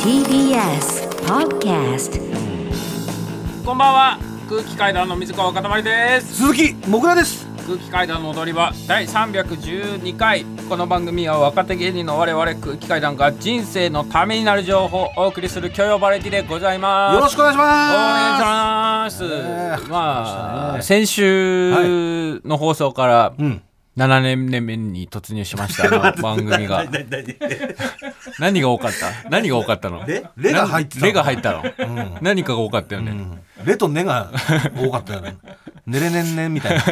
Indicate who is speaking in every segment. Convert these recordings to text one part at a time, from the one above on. Speaker 1: TBS Podcast
Speaker 2: こんばんは空気階段の水川かたまりです
Speaker 3: 鈴木もぐらです
Speaker 2: 空気階段の踊り場第312回この番組は若手芸人の我々空気階段が人生のためになる情報をお送りする許容バラエティでございます
Speaker 3: よろしくお願いし
Speaker 2: お願いし
Speaker 3: ま
Speaker 2: ます、
Speaker 3: えー
Speaker 2: まあ、
Speaker 3: ね
Speaker 2: 先週の放送から
Speaker 3: ん
Speaker 2: 7年目に突入しま した、あの番組が
Speaker 3: す何
Speaker 2: 何が多かった何が多かったの
Speaker 3: レレが入ってたの
Speaker 2: レが入ったの、何かが多かったよね、
Speaker 3: レとネが多かったよ ねねれねんねんみたいな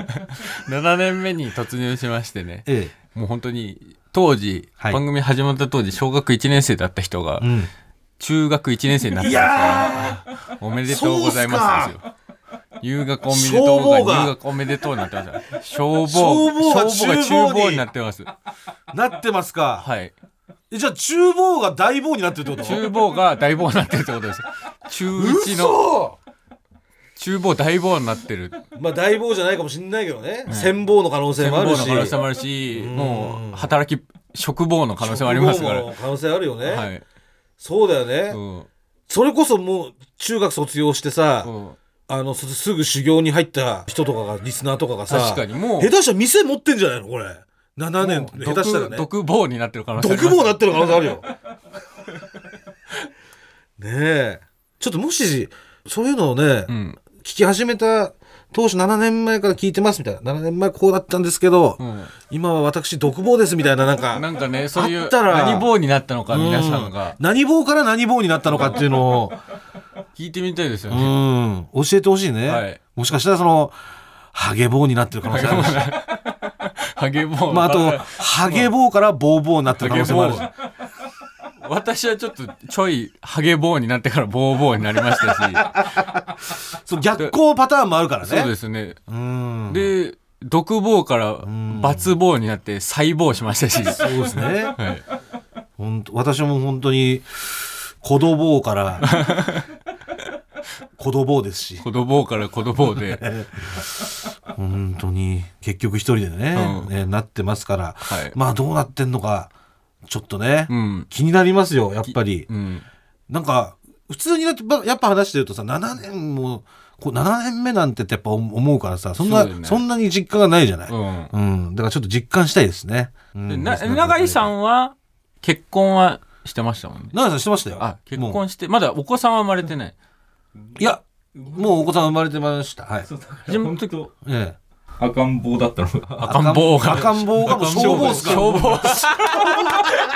Speaker 2: 7年目に突入しましてね
Speaker 3: ええ
Speaker 2: もう本当に当時、
Speaker 3: はい
Speaker 2: 番組始まった当時小学1年生だった人が、
Speaker 3: ん
Speaker 2: 中学1年生になったんですからおめでとうございますですよ入学おめでとう
Speaker 3: 消防
Speaker 2: が
Speaker 3: が
Speaker 2: 入学おめでとうになってます消防
Speaker 3: 消防が
Speaker 2: 消防が
Speaker 3: 厨
Speaker 2: 厨
Speaker 3: 房
Speaker 2: 房
Speaker 3: に
Speaker 2: になってます
Speaker 3: なってますか、
Speaker 2: はい
Speaker 3: えじゃあ厨房が大房になってるってこと
Speaker 2: 厨房が大房になってるってことです中1の
Speaker 3: 嘘
Speaker 2: 厨房大房になってる
Speaker 3: まあ大房じゃないかもしれないけどね、戦房の可能性
Speaker 2: 全
Speaker 3: も
Speaker 2: 房
Speaker 3: ある
Speaker 2: の
Speaker 3: し
Speaker 2: 可能性もあるしもう働き食房の可能性もありますから
Speaker 3: 厨房も可能性あるよね、
Speaker 2: はい、
Speaker 3: そうだよね、
Speaker 2: うん
Speaker 3: それこそもう中学卒業してさ、
Speaker 2: うん
Speaker 3: あのすすぐ修行に入った人とかがリスナーとかがさ
Speaker 2: 確かにもう
Speaker 3: 下手したら店持ってんじゃないのこれ7年下手したらね
Speaker 2: 独房になってる可能性あり
Speaker 3: 毒
Speaker 2: ます
Speaker 3: 棒なってる可能性あるよ。 ねえ。ちょっともし、そういうのをね、
Speaker 2: ん
Speaker 3: 聞き始めた当初7年前から聞いてますみたいな。7年前こうだったんですけど、
Speaker 2: ん
Speaker 3: 今は私独房ですみたいな、なんか、
Speaker 2: なんかね、そうい
Speaker 3: あ
Speaker 2: う、
Speaker 3: ったら
Speaker 2: 何棒になったのか、
Speaker 3: うん
Speaker 2: 皆さんが。
Speaker 3: 何棒から何棒になったのかっていう のを、
Speaker 2: 聞いてみたいですよ
Speaker 3: う
Speaker 2: ね。
Speaker 3: ん、教えてほしいね、
Speaker 2: はい
Speaker 3: もしかしたらその、ハゲ棒になってる可能性あるし。
Speaker 2: ハゲ棒。
Speaker 3: まあ、あと、ハゲ棒からボーボーになってる可能性もあるし。
Speaker 2: 私はちょっと、ちょい、ハゲ棒になってから棒棒になりました し、
Speaker 3: そう逆光パターンもあるからね。
Speaker 2: そうですね。
Speaker 3: うん。
Speaker 2: で、毒棒から、罰棒になって、細棒しましたし。
Speaker 3: そうですね。
Speaker 2: はい
Speaker 3: 本当私も本当に子どぼうから 子どぼうですし
Speaker 2: 子供棒から子供棒 で。
Speaker 3: 本当に結局一人でね、
Speaker 2: うん
Speaker 3: えーなってますから、
Speaker 2: はい
Speaker 3: まあどうなってんのかちょっとね、
Speaker 2: うん。
Speaker 3: 気になりますよやっぱり、
Speaker 2: うん。
Speaker 3: なんか普通にやっぱやっぱ話してるとさ7年もこう7年目なんてってやっぱ思うからさそんな
Speaker 2: そう
Speaker 3: そ,、
Speaker 2: だよね
Speaker 3: んなに実感がないじゃない、
Speaker 2: うん。
Speaker 3: うんだからちょっと実感したいですね、うん
Speaker 2: でな、長井さんは、結婚はしてましたもんね。
Speaker 3: 長井さんしてましたよ
Speaker 2: あ、結
Speaker 3: もう
Speaker 2: 婚して、まだお子さんは生まれてない。
Speaker 3: いやもうお子さん生まれてましたはい
Speaker 2: 自分の時
Speaker 3: ええ
Speaker 4: 赤ん坊だったの
Speaker 2: 赤ん坊が。
Speaker 3: 赤ん坊がもう消防士から
Speaker 2: 消防士。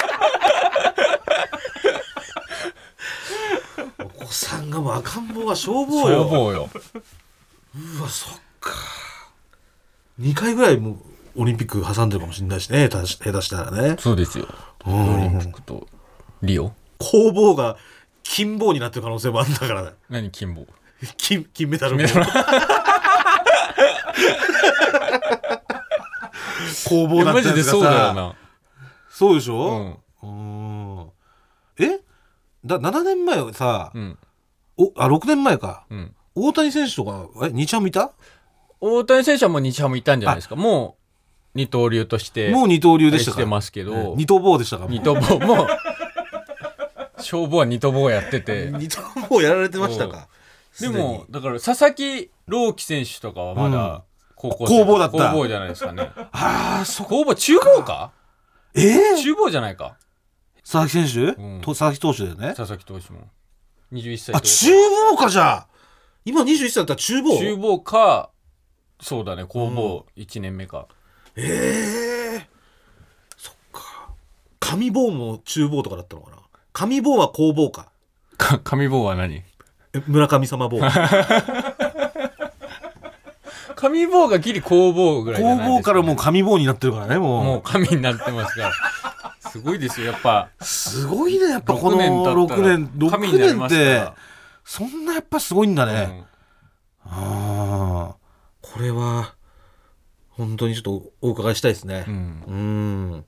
Speaker 3: お子さんがもう赤ん坊が消防
Speaker 2: 消
Speaker 3: よ
Speaker 2: 防よ。
Speaker 3: うわそっか2回ぐらいもうオリンピック挟んでるかもしれないしね下手し下手したらね
Speaker 2: そうですよ。オリンピックとリオ。
Speaker 3: 工房が金棒になってる可能性もあるんだから ね
Speaker 2: 何金棒。
Speaker 3: 金金メダル
Speaker 2: メダ
Speaker 3: 工房だった
Speaker 2: マ
Speaker 3: やつ
Speaker 2: ジで
Speaker 3: が
Speaker 2: そうだよ
Speaker 3: さ
Speaker 2: な。
Speaker 3: そうでし
Speaker 2: う
Speaker 3: ょ、
Speaker 2: ん。
Speaker 3: うーん、えだ7年前はさ、
Speaker 2: うん。
Speaker 3: おあ6年前か
Speaker 2: うん。
Speaker 3: 大谷選手とかえ2ちゃん見た
Speaker 2: 大谷選手はもう日ハムいたんじゃないですか。もう二刀流として。
Speaker 3: もう二刀流でした
Speaker 2: し
Speaker 3: か
Speaker 2: て
Speaker 3: ら
Speaker 2: ますけど。
Speaker 3: 二刀棒でしたから
Speaker 2: 二刀棒も。消防は二刀棒やって て。
Speaker 3: 二刀棒やられてましたか
Speaker 2: です
Speaker 3: に
Speaker 2: も、だから佐々木朗希選手とかはま
Speaker 3: うん
Speaker 2: だ高校
Speaker 3: 工房だった
Speaker 2: 工房じゃないですかね。
Speaker 3: ああそこ
Speaker 2: 工房、中房か
Speaker 3: えー、
Speaker 2: 中房じゃないか。
Speaker 3: 佐々木選手、
Speaker 2: うん
Speaker 3: と佐々木投手だよね
Speaker 2: 佐々木投手も。21歳
Speaker 3: あ
Speaker 2: と
Speaker 3: 厨房かじゃあ今21歳だったら厨房
Speaker 2: 厨房かそうだね工房1年目か、
Speaker 3: ええそっか紙棒も厨房とかだったのかな紙棒は工房か
Speaker 2: か紙棒は何
Speaker 3: え村神様棒
Speaker 2: 紙棒がギリ工房ぐらいじゃ
Speaker 3: 工
Speaker 2: ないで
Speaker 3: 房
Speaker 2: すか
Speaker 3: からもう紙棒になってるからねもう
Speaker 2: もう紙になってますからすごいですよやっぱ
Speaker 3: すごいねやっぱこの
Speaker 2: 6年経った
Speaker 3: 6
Speaker 2: ら
Speaker 3: 年6
Speaker 2: 神になり
Speaker 3: 年っ
Speaker 2: ますから
Speaker 3: てそんなやっぱすごいんだ
Speaker 2: う
Speaker 3: ね、
Speaker 2: ん
Speaker 3: ああこれは本当にちょっとお伺いしたいですね、
Speaker 2: うん
Speaker 3: うーん。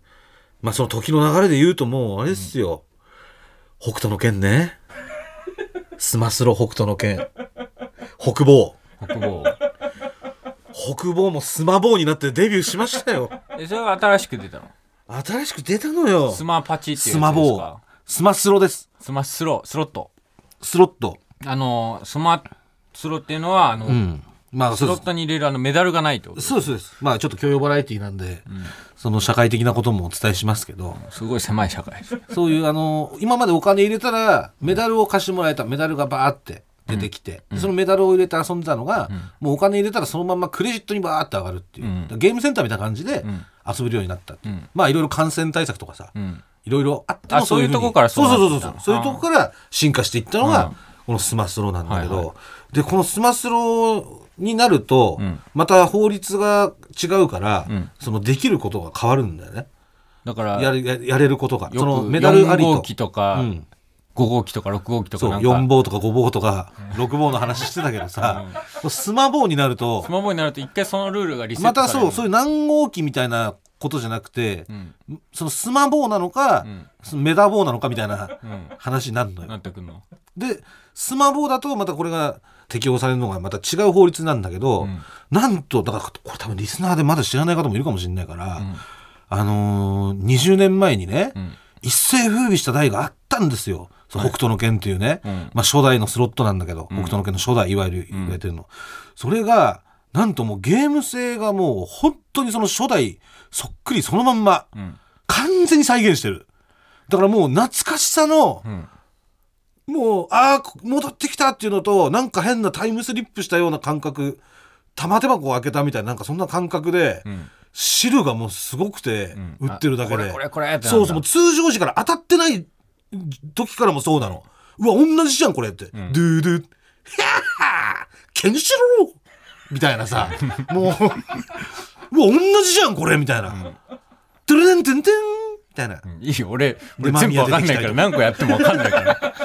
Speaker 3: まあその時の流れで言うともうあれですよ。北斗の剣ね。スマスロ北斗の剣。北坊。
Speaker 2: 北房
Speaker 3: 北坊もスマ坊になってデビューしましたよ。
Speaker 2: えそれが新しく出たの
Speaker 3: 新しく出たのよ。
Speaker 2: スマパチっていう
Speaker 3: スマ
Speaker 2: やつです
Speaker 3: 坊
Speaker 2: か。
Speaker 3: スマスロです。
Speaker 2: スマッシュスロー、スロット。
Speaker 3: スロット。
Speaker 2: あの、スマスロっていうのは、あの、
Speaker 3: うん。まあ、
Speaker 2: ス
Speaker 3: そう
Speaker 2: ロ
Speaker 3: です
Speaker 2: ッ。トに入れるあのメダルがないってこと。
Speaker 3: そうですそうです。まあ、ちょっと教養バラエティなんで、その社会的なこともお伝えしますけど、
Speaker 2: すごい狭い社会です。
Speaker 3: そういう、あの、今までお金入れたら、メダルを貸してもらえた、メダルがバーって出てきて、そのメダルを入れて遊んでたのが、もうお金入れたらそのままクレジットにバーって上がるっていう、だからゲームセンターみたいな感じで遊べるようになったっていう、まあ、いろいろ感染対策とかさ、
Speaker 2: ん
Speaker 3: いろいろあっても
Speaker 2: あそういう
Speaker 3: ふに
Speaker 2: とこから
Speaker 3: そ
Speaker 2: そうう
Speaker 3: そ
Speaker 2: な
Speaker 3: う
Speaker 2: って
Speaker 3: そうそうそういうとこから進化していったのが、このスマスロなんだけど、
Speaker 2: はいは
Speaker 3: でこのスマスロになると、
Speaker 2: ん
Speaker 3: また法律が違うから、
Speaker 2: ん
Speaker 3: そのできることが変わるんだよね。
Speaker 2: だから、
Speaker 3: や
Speaker 2: よ
Speaker 3: れややれることが。
Speaker 2: く
Speaker 3: そのメダルあり
Speaker 2: 4
Speaker 3: と
Speaker 2: 号。機とか、
Speaker 3: うん
Speaker 2: 5号機とか6号機とか
Speaker 3: そう、
Speaker 2: なん
Speaker 3: 4
Speaker 2: か、
Speaker 3: 棒とか5棒とか6棒の話してたけどさ、スマ棒になると
Speaker 2: ス、マホになると一回そのルールがリセッ
Speaker 3: ま
Speaker 2: トされ
Speaker 3: た
Speaker 2: る。
Speaker 3: そう、そういう何号機みたいなことじゃなくて、
Speaker 2: ん
Speaker 3: そのスマ棒なのか、そのメダ棒なのかみたいな話になるのよ。
Speaker 2: なってくんの。
Speaker 3: で、スマ棒だとまたこれが適用されるのがまた違う法律なんだけど、なんと、だからこれ多分リスナーでまだ知らない方もいるかもしれないから、あのー20年前にね、一世風靡した台があったんですよ。その北斗の拳っていうね、まあ初代のスロットなんだけど、北斗の拳の初代いわゆる言われてるの。それが、なんともうゲーム性がもう本当にその初代そっくりそのまんま、
Speaker 2: ん
Speaker 3: 完全に再現してる。だからもう懐かしさの、
Speaker 2: ん
Speaker 3: もう、ああ、戻ってきたっていうのと、なんか変なタイムスリップしたような感覚、玉手箱を開けたみたいな、なんかそんな感覚で、
Speaker 2: ん
Speaker 3: 汁がもうすごくて、
Speaker 2: ん
Speaker 3: 売ってるだけで。
Speaker 2: あこれこれこれってなんだ
Speaker 3: そうそう、もう通常時から当たってない時からもそうなの。うわ、同じじゃん、これって。ドゥードゥー、ヒャッハーケンシロウみたい なさ、もう、うわ、同じじゃん、これみたいな。ドゥルデンテンテンみたいな。
Speaker 2: いいよ、俺、
Speaker 3: で
Speaker 2: 俺全部わかんないから、
Speaker 3: マ
Speaker 2: 何個やってもわかんないから。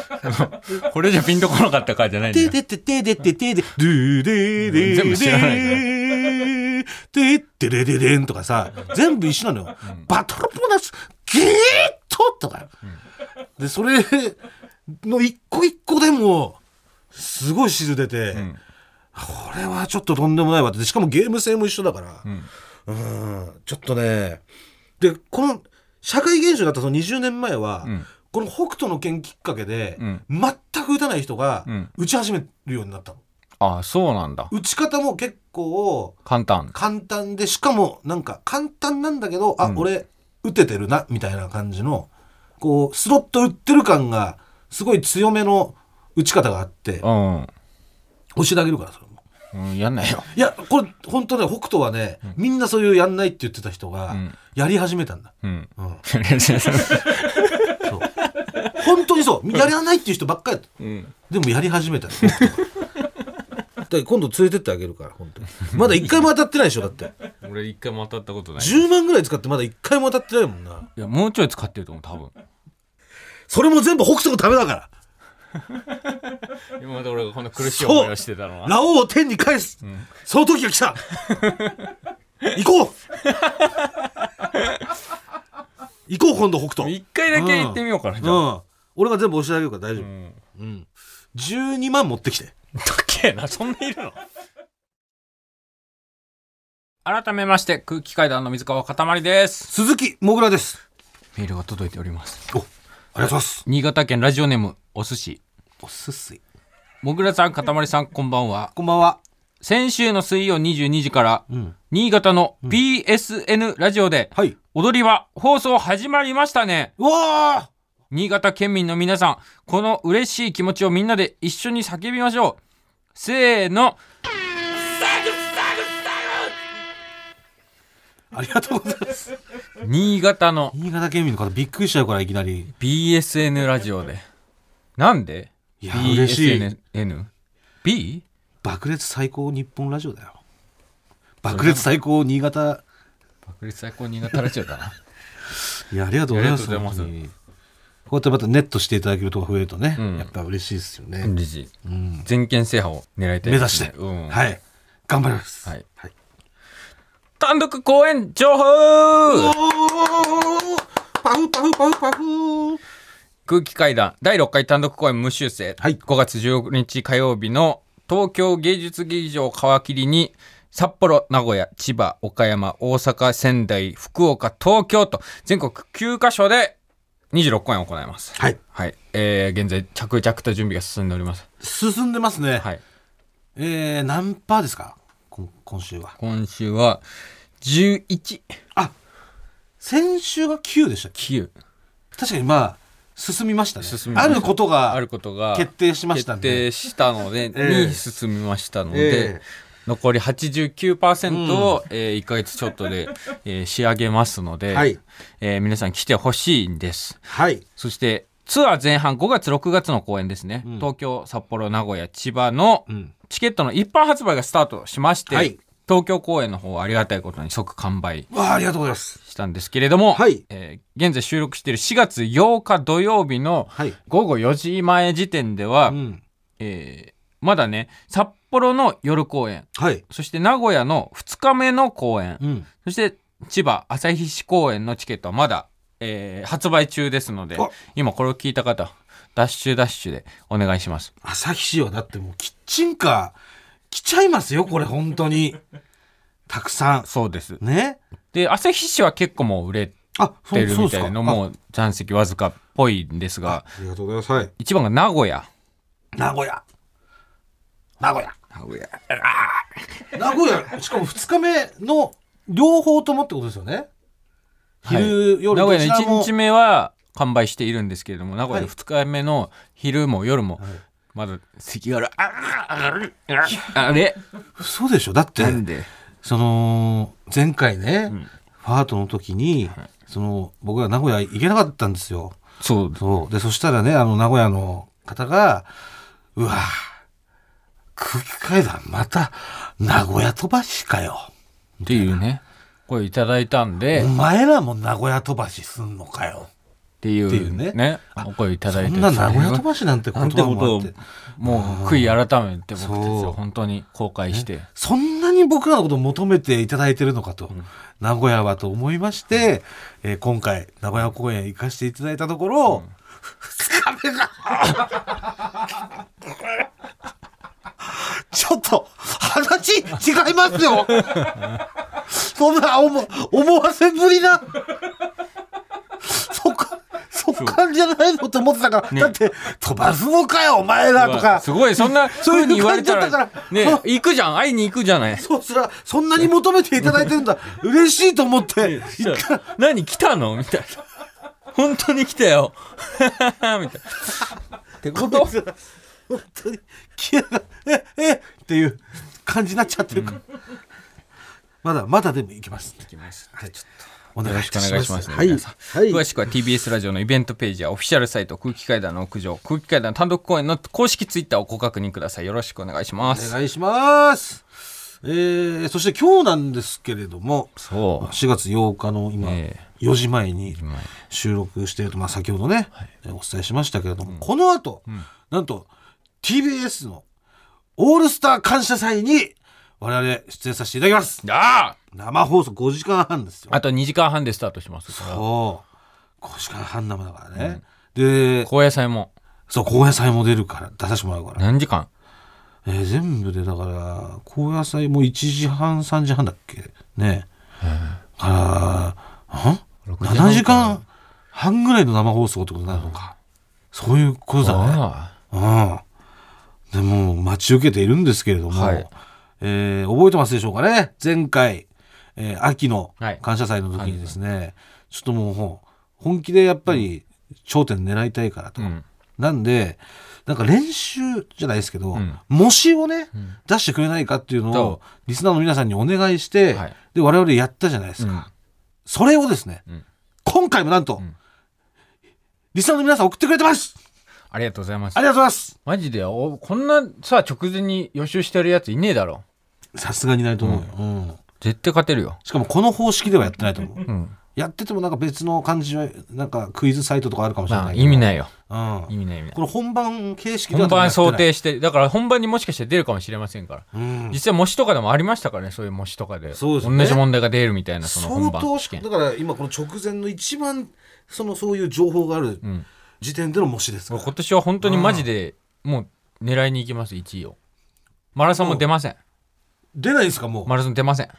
Speaker 2: これじゃピンとこなかったからじゃないんだ
Speaker 3: て
Speaker 2: よ。
Speaker 3: でててでててで、ドゥでで
Speaker 2: 全部知らない
Speaker 3: で、でてれれれんとかさ、全部一緒なのよ。バトルボーナス、ゲーッととか。で、それの一個一個でも、すごい汁出て、これはちょっととんでもないわって。でしかもゲーム性も一緒だから、うん、ちょっとね、で、この社会現象だったその20年前は、
Speaker 2: ん
Speaker 3: この北斗の拳きっかけで、
Speaker 2: うん
Speaker 3: 全く打たない人が
Speaker 2: うん
Speaker 3: 打ち始めるようになったの。
Speaker 2: ああ、そうなんだ。
Speaker 3: 打ち方も結構
Speaker 2: 簡単。
Speaker 3: 簡単でしかもなんか簡単なんだけどあ、俺打ててるなみたいな感じのこうスロット打ってる感がすごい強めの打ち方があって
Speaker 2: うん。
Speaker 3: 教えてあげるからそれも
Speaker 2: うん、やんないよ。
Speaker 3: いやこれ本当ね北斗はね、みんなそういうやんないって言ってた人が
Speaker 2: ん
Speaker 3: やり始めたんだ、
Speaker 2: うん。
Speaker 3: うん、本当にそうやらないっていう人ばっかりだった
Speaker 2: うん。
Speaker 3: でもやり始めたのだ から今度連れてってあげるから本当にまだ一回も当たってないでしょだって
Speaker 2: 俺一回も当たったことない。い
Speaker 3: 10万ぐらい使ってまだ一回も当たってないもんな
Speaker 2: や、もうちょい使ってると思う、多分。
Speaker 3: それも全部北斗のためだから
Speaker 2: 今まで俺がこんな苦
Speaker 3: しい思いを
Speaker 2: してたの
Speaker 3: ラオウを天に返す、その時が来 た行こう行こう今度北斗
Speaker 2: 一回だけ行ってみようかな、じ
Speaker 3: う
Speaker 2: ゃあ。
Speaker 3: ん俺が全部押してあげるから大丈夫、
Speaker 2: う
Speaker 3: うん
Speaker 2: ん。
Speaker 3: 12万持ってきて
Speaker 2: だけな、そんないるの改めまして、空気階段の水川かたまりです。
Speaker 3: 鈴木もぐらです
Speaker 2: メールが届いております。
Speaker 3: おありがとうございます
Speaker 2: 新潟県ラジオネーム、お寿司。
Speaker 3: おすすい
Speaker 2: もぐらさん、かたまりさん、こんばんは。
Speaker 3: こんばんは
Speaker 2: 先週の水曜22時から、
Speaker 3: ん
Speaker 2: 新潟の PSN ラジオで、
Speaker 3: はい
Speaker 2: 踊り場放送始まりましたね。
Speaker 3: うわ
Speaker 2: 新潟県民の皆さん、この嬉しい気持ちをみんなで一緒に叫びましょう。せーの。
Speaker 3: ーありがとうございます
Speaker 2: 新潟の
Speaker 3: 新潟県民の方びっくりしちゃうからいきなり
Speaker 2: BSN ラジオで。なんで
Speaker 3: いや嬉しい
Speaker 2: ?BSN?B?
Speaker 3: 爆裂最高日本ラジオだよ爆裂最高新潟
Speaker 2: 爆裂最高新潟ラジオ だな。
Speaker 3: いやありがとうございます
Speaker 2: ありがとうございます
Speaker 3: 本当にこうやってまたネットしていただけるとが増えるとね、
Speaker 2: うん
Speaker 3: やっぱ嬉しいですよね、
Speaker 2: 嬉しい。全県制覇を狙いたい
Speaker 3: 目
Speaker 2: で
Speaker 3: 指
Speaker 2: す
Speaker 3: し
Speaker 2: ね、
Speaker 3: て、
Speaker 2: うん。
Speaker 3: はい頑張ります
Speaker 2: はい
Speaker 3: はい、
Speaker 2: 単独公演情報
Speaker 3: おーパフパフパフパフ
Speaker 2: 空気階段第6回単独公演無修正、
Speaker 3: はい
Speaker 2: 5月16日火曜日の東京芸術劇場を皮切りに札幌名古屋千葉岡山大阪仙台福岡東京と全国9カ所で26公演を行います。
Speaker 3: はい。
Speaker 2: はい。えー現在、着々と準備が進んでおります。
Speaker 3: 進んでますね。
Speaker 2: はい。
Speaker 3: えー、何パーですかこ今週は。
Speaker 2: 今週は、11、
Speaker 3: あ先週が9でしたっけ
Speaker 2: 9。
Speaker 3: 確かにまあ、進みましたね。
Speaker 2: 進みまし
Speaker 3: あ
Speaker 2: た
Speaker 3: ることが、
Speaker 2: あることが
Speaker 3: 決定しましたん
Speaker 2: 決
Speaker 3: で
Speaker 2: 定したので、
Speaker 3: ええ
Speaker 2: に進みましたの
Speaker 3: え
Speaker 2: で、
Speaker 3: え
Speaker 2: 残り89%を、えー1ヶ月ちょっとで、えー仕上げますので、
Speaker 3: はい
Speaker 2: えー皆さん来てほしいんです。
Speaker 3: はい。
Speaker 2: そしてツアー前半5月6月の公演ですね、東京札幌名古屋千葉の
Speaker 3: ん
Speaker 2: チケットの一般発売がスタートしまして、
Speaker 3: はい
Speaker 2: 東京公演の方はありがたいことに即完売
Speaker 3: わあ、ありがとうございます。
Speaker 2: したんですけれども、
Speaker 3: はい
Speaker 2: えー現在収録している4月8日土曜日の
Speaker 3: はい
Speaker 2: 午後4時前時点では、
Speaker 3: うん。
Speaker 2: えーまだね札幌の夜公演
Speaker 3: はい。
Speaker 2: そして名古屋の2日目の公演、
Speaker 3: うん。
Speaker 2: そして千葉旭市公演のチケットはまだ、えー発売中ですので
Speaker 3: あ
Speaker 2: 今これを聞いた方ダッシュダッシュでお願いします
Speaker 3: 朝日市はだってもうキッチンカー来ちゃいますよ、これ本当に。たくさ
Speaker 2: そうです
Speaker 3: ん。ね。
Speaker 2: で旭市は結構もう売れ
Speaker 3: あ、そ
Speaker 2: て
Speaker 3: う
Speaker 2: る
Speaker 3: そう
Speaker 2: み
Speaker 3: で
Speaker 2: た
Speaker 3: すか。
Speaker 2: いな
Speaker 3: あ
Speaker 2: もう残席わずかっぽいんですが
Speaker 3: ありがとうございます。はい。
Speaker 2: 一番が名古屋
Speaker 3: 名古屋。名古屋。
Speaker 2: 名古屋
Speaker 3: 名古屋、しかも2日目の両方ともってことですよね。昼、夜、
Speaker 2: 名古
Speaker 3: ど
Speaker 2: 屋
Speaker 3: ちらも
Speaker 2: の1日目は完売しているんですけれども名古屋の
Speaker 3: はい
Speaker 2: 2日目の昼も夜もまだ席があるああああれ
Speaker 3: そうでしょだって、
Speaker 2: なんで
Speaker 3: その、前回ね、ファートの時に、その、僕ら名古屋行けなかったんですよ。
Speaker 2: そう
Speaker 3: そう。で、そしたらね、あの、名古屋の方が、うわぁ空気階段また、名古屋飛ばしかよ。
Speaker 2: っていうね声いただいたんで
Speaker 3: お
Speaker 2: っ
Speaker 3: 前らも名古屋飛ばしすんのかよ。
Speaker 2: てい
Speaker 3: っていう
Speaker 2: う
Speaker 3: ね
Speaker 2: ねお声いた
Speaker 3: そ
Speaker 2: だいて
Speaker 3: んな名古屋飛ばしなんて言
Speaker 2: なんて
Speaker 3: 葉
Speaker 2: こ
Speaker 3: も
Speaker 2: と
Speaker 3: あっ
Speaker 2: を
Speaker 3: て。
Speaker 2: もう悔い改めて僕たち
Speaker 3: そう
Speaker 2: は本当に後悔して
Speaker 3: そんなに僕らのことを求めていただいてるのかと、名古屋はと思いまして、えー今回、名古屋公演行かせていただいたところ、2日目が、 ちょっと、話違いますよそんな思思わせぶりな、そっか、そっかんじゃないのと思ってたから、だって、飛ばすのかよ、お前らとか。
Speaker 2: すごいそんな
Speaker 3: そういう
Speaker 2: 風に言われたら
Speaker 3: 感じだった
Speaker 2: ね
Speaker 3: から
Speaker 2: 行くじゃん会いに行くじゃない
Speaker 3: そうすら、そんなに求めていただいてる んだ。嬉しいと思って。
Speaker 2: 何来たのみたいな本当に来たよ みたいなってこと
Speaker 3: 本当に、消えなえ、え、っていう感じになっちゃってるから。まだ、まだでもいきます。
Speaker 2: 行きます
Speaker 3: はい、ちょっと。お
Speaker 2: よ
Speaker 3: 願
Speaker 2: ろ
Speaker 3: い
Speaker 2: し
Speaker 3: し
Speaker 2: く
Speaker 3: ま
Speaker 2: お
Speaker 3: す。
Speaker 2: 願いしますね、
Speaker 3: はい。
Speaker 2: 皆さん
Speaker 3: は
Speaker 2: 詳
Speaker 3: い。
Speaker 2: しくは TBS ラジオのイベントページやオフィシャルサイト空気階段の屋上空気階段単独公演の公式ツイッターをご確認くださいよろしくお願いしま
Speaker 3: お
Speaker 2: す
Speaker 3: 願いします。えー、そして今日なんですけれども、
Speaker 2: そ
Speaker 3: 4月8日の今、
Speaker 2: え
Speaker 3: 4時前に収録していると、まあ、先ほどね、えーお伝えしましたけれども、この後、なんと TBS のオールスター感謝祭に我々出演させていただきます
Speaker 2: うあ
Speaker 3: 生放送5時間半ですよ
Speaker 2: あと2時間半でスタートしますから
Speaker 3: そう5時間半生だからね、で
Speaker 2: 高野菜も
Speaker 3: そう高野菜も出るから出させてもらうから、
Speaker 2: 何時間
Speaker 3: えー全部でだから高野菜も1時半3時半だっけねから
Speaker 2: 6
Speaker 3: ん7時間半ぐらいの生放送ってことになるのか、そういうことだね
Speaker 2: あ
Speaker 3: うん。でも、待ち受けているんですけれども、
Speaker 2: はい
Speaker 3: えー覚えてますでしょうかね前回、えー秋の
Speaker 2: はい
Speaker 3: 感謝祭の時にですね、ちょっともう、本気でやっぱり頂点狙いたいからと。
Speaker 2: あうん
Speaker 3: なんで、なんか練習じゃないですけど、
Speaker 2: ん
Speaker 3: 模試をね、出してくれないかっていうの
Speaker 2: そ
Speaker 3: を、リスナーの皆さんにお願いして、
Speaker 2: はい
Speaker 3: で、我々やったじゃないですか。
Speaker 2: うん
Speaker 3: それをですね、
Speaker 2: ん
Speaker 3: 今回もなんと、
Speaker 2: ん
Speaker 3: リスナーの皆さん送ってくれてます
Speaker 2: ありがとうございます
Speaker 3: ありがとうございます
Speaker 2: マジでおこんなさ直前に予習してるやついねえだろ
Speaker 3: さすがにないと思うよ、うん
Speaker 2: 絶対勝てるよ
Speaker 3: しかもこの方式ではやってないと思う、
Speaker 2: ん
Speaker 3: やっててもなんか別の感じはなんかクイズサイトとかあるかもしれ
Speaker 2: ま
Speaker 3: な
Speaker 2: あ
Speaker 3: い
Speaker 2: 意味ない
Speaker 3: い、
Speaker 2: よ
Speaker 3: うん、
Speaker 2: 意味ない意味ない
Speaker 3: これ本番形式では
Speaker 2: 本
Speaker 3: 多分や
Speaker 2: 番
Speaker 3: ってない
Speaker 2: 想定してだから本番にもしかして出るかもしれませんから
Speaker 3: うん
Speaker 2: 実際模試とかでもありましたからねそういう模試とかで
Speaker 3: そうですね
Speaker 2: 同じ問題が出るみたいなその
Speaker 3: 相
Speaker 2: 本番
Speaker 3: 当
Speaker 2: 試
Speaker 3: し
Speaker 2: 験
Speaker 3: だから今この直前の一番そのそういう情報がある時点での模試ですから、
Speaker 2: 今年は本当にマジでもう狙いに行きます1位をマラソンも出ません
Speaker 3: 出ないんですかもう、
Speaker 2: マラソン出ません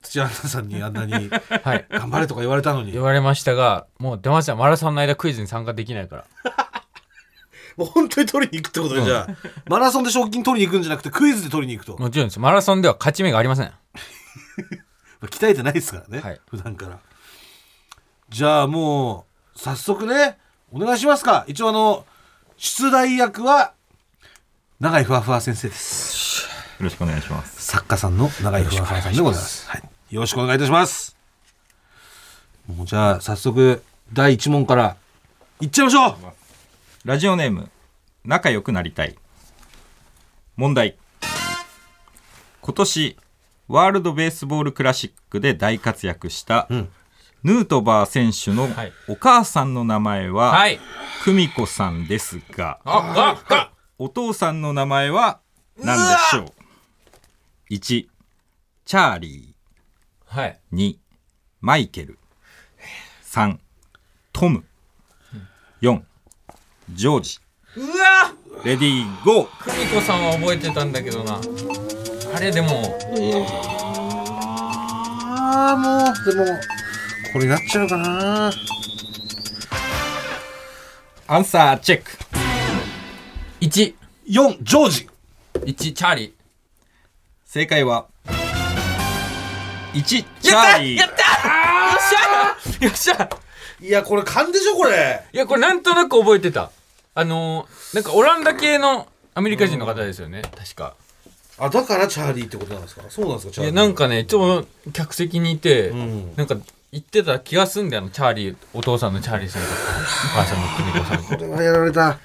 Speaker 3: 土屋アンナさんにあんなに
Speaker 4: はい
Speaker 3: 頑張れとか言われ たのに
Speaker 2: 言
Speaker 3: も
Speaker 2: われましたがもう出ませんマラソンの間クイズに参加できないから
Speaker 3: う本当に取りに行くってことで、じゃあマラソンで賞金取りに行くんじゃなくてクイズで取りに行くと、
Speaker 2: もちろんですマラソンでは勝ち目がありません
Speaker 3: 鍛えてないですからね、
Speaker 2: はい
Speaker 3: 普段からじゃあもう早速ねお願いしますか一応あの出題役は永井ふわふわ先生です
Speaker 5: ろしくお願いします。
Speaker 3: 作家さんの永井ふわふわさんでございますはい、よろしくお願いいたしますもうじゃあ早速第1問からいっちゃいましょう
Speaker 5: ラジオネーム、仲良くなりたい。問題。今年、ワールドベースボールクラシックで大活躍した、
Speaker 3: ん
Speaker 5: ヌートバー選手の
Speaker 2: はい
Speaker 5: お母さんの名前は、
Speaker 2: はい
Speaker 5: 久美子さんですが、
Speaker 2: あああ
Speaker 5: お父さんの名前は何でしょう ?1、チャーリ
Speaker 2: はい
Speaker 5: ー。2、マイケル。3、トム。4、ジョージ。
Speaker 2: うわ
Speaker 5: レディーゴー
Speaker 2: 久美子さんは覚えてたんだけどなあれでも
Speaker 3: ああもうでもこれなっちゃうかな
Speaker 5: アンサーチェック
Speaker 2: 11
Speaker 3: 4ジョージ
Speaker 2: チャーリ
Speaker 5: 正解は1チャーリー
Speaker 2: ーよっしゃ
Speaker 3: いやこれ勘でしょこれ
Speaker 2: いやこれなんとなく覚えてたあのー、なんかオランダ系のアメリカ人の方ですよね確か
Speaker 3: あだからチャーリーってことなんですかそうなんですかチ
Speaker 2: い
Speaker 3: ャーリ
Speaker 2: や
Speaker 3: ー
Speaker 2: なんかねいつも客席にいて、
Speaker 3: ん
Speaker 2: なんか言ってた気がすんだよあのチャーリーお父さんのチャーリーさんとかお 母さんの久美子さんとか
Speaker 3: これはやられた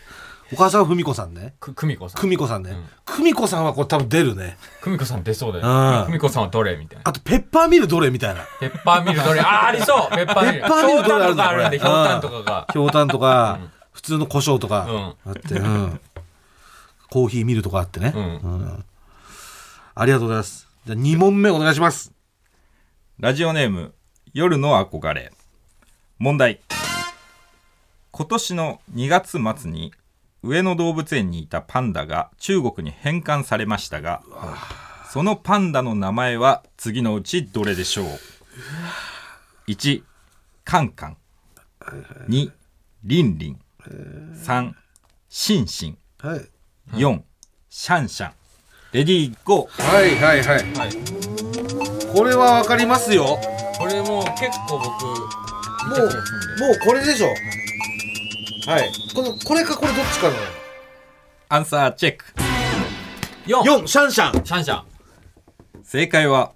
Speaker 3: お母さんはふみこさんね
Speaker 2: く久美子さ
Speaker 3: 久
Speaker 2: ん
Speaker 3: 美子さんね、久美子さんはこれ多分出るね
Speaker 2: 久美子さん出そうだ
Speaker 3: あ
Speaker 2: よ
Speaker 3: あ
Speaker 2: 久美子さんはどれみたいな
Speaker 3: あとペッパーミルどれみたいな
Speaker 2: ペッパーミルどれあーありそう ペッパーミル
Speaker 3: ペッパーミルどれある
Speaker 2: と
Speaker 3: ん
Speaker 2: か
Speaker 3: だ
Speaker 2: あるんでひ
Speaker 3: こ
Speaker 2: ょ
Speaker 3: れ
Speaker 2: うたんとかが
Speaker 3: ひょうたんとか、普通の胡椒とか、あって、うん、コーヒーミルとかあってね、
Speaker 2: う
Speaker 3: うんありがとうございますじゃあ2問目お願いします
Speaker 5: ラジオネーム夜の憧れ問題今年の2月末に上野動物園にいたパンダが中国に返還されましたがそのパンダの名前は次のうちどれでしょう1カンカン2リンリン3シンシン
Speaker 3: はい、
Speaker 5: 4シャンシャンレディーゴー
Speaker 3: はいはいはい
Speaker 2: はい
Speaker 3: これは分かりますよも
Speaker 2: これもう結構僕
Speaker 3: うもうこれでしょはいこのこれかこれどっちかの
Speaker 5: アンサーチェック
Speaker 2: 4
Speaker 3: 4シャンシャン
Speaker 2: シャンシャン
Speaker 5: 正解は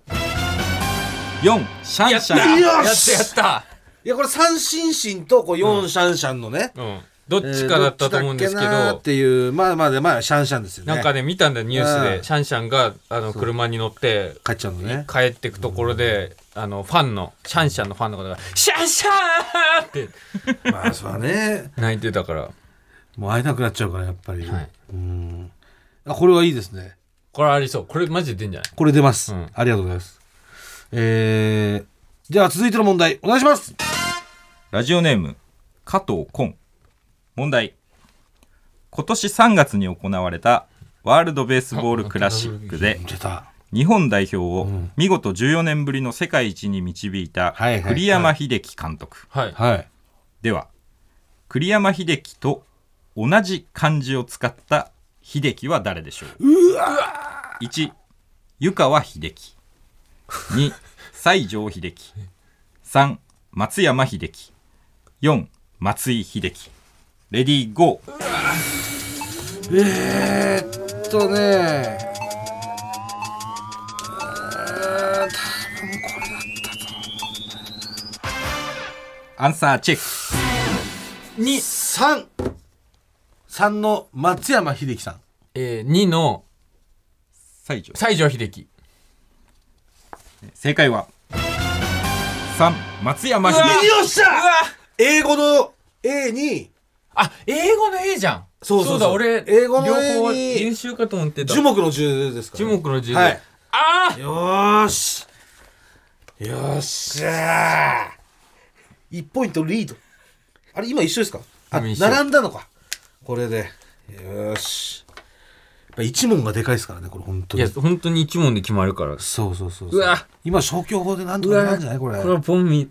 Speaker 5: 4シャンシャン
Speaker 3: よ
Speaker 2: やっ
Speaker 3: した
Speaker 2: やった
Speaker 3: いやこれ三シンシンとこう4シャンシャンのね、
Speaker 2: うんどっちかだったと思うんですけど、
Speaker 3: えーどっちだっけなーっていうまあまあでまあシャンシャンですよね
Speaker 2: なんかね見たんだよニュース
Speaker 3: う
Speaker 2: で
Speaker 3: ん
Speaker 2: シャンシャンがあの車に乗って
Speaker 3: 帰っちゃうのね
Speaker 2: 帰ってくところで、あのファンのシャンシャンのファンの方が「シャンシャーン!」って
Speaker 3: まあそれはね
Speaker 2: 泣いてたから
Speaker 3: もう会えなくなっちゃうからやっぱり、
Speaker 2: はいう
Speaker 3: ーんあこれはいいですね
Speaker 2: これありそうこれマジで出んじゃない
Speaker 3: これ出ます、
Speaker 2: うん
Speaker 3: ありがとうございますえー、じゃあ続いての問題お願いします
Speaker 5: ラジオネーム加藤紺問題今年3月に行われたワールドベースボールクラシックで
Speaker 3: 出た
Speaker 5: 日本代表を見事14年ぶりの世界一に導いた
Speaker 3: はいはいはい
Speaker 5: 栗山英樹監督
Speaker 2: はい
Speaker 3: はい
Speaker 5: では栗山英樹と同じ漢字を使った秀樹は誰でしょう1湯川秀樹2西城秀樹3松山秀樹4松井秀樹レディーゴー
Speaker 3: えー、っとねえー
Speaker 5: アンサーチェッ
Speaker 3: 3 3の松山英樹さん
Speaker 2: えー、2の
Speaker 5: ク西城
Speaker 2: 西城秀樹
Speaker 5: 正解は3松山秀樹
Speaker 3: よっしゃ英語の A に
Speaker 2: あ英語の A じゃん
Speaker 3: そうそうそう
Speaker 2: だ俺
Speaker 3: 英語の A
Speaker 2: 両方
Speaker 3: に
Speaker 2: 練習かと思ってた
Speaker 3: 樹木の樹ですか
Speaker 2: 樹
Speaker 3: ら、
Speaker 2: 木の字で、
Speaker 3: はい
Speaker 2: ああ
Speaker 3: よーしよっしゃー1ポイントリードあれ今一緒ですかあ
Speaker 2: 今一緒
Speaker 3: 並んだのかこれでよーしぱ一問がでかいですからねこれ本当
Speaker 2: い
Speaker 3: に
Speaker 2: や本当に一問で決まるから
Speaker 3: そうそうそうそう
Speaker 2: うわ
Speaker 3: 今消去法でなんとかなんじゃないこれ
Speaker 2: これはボンミ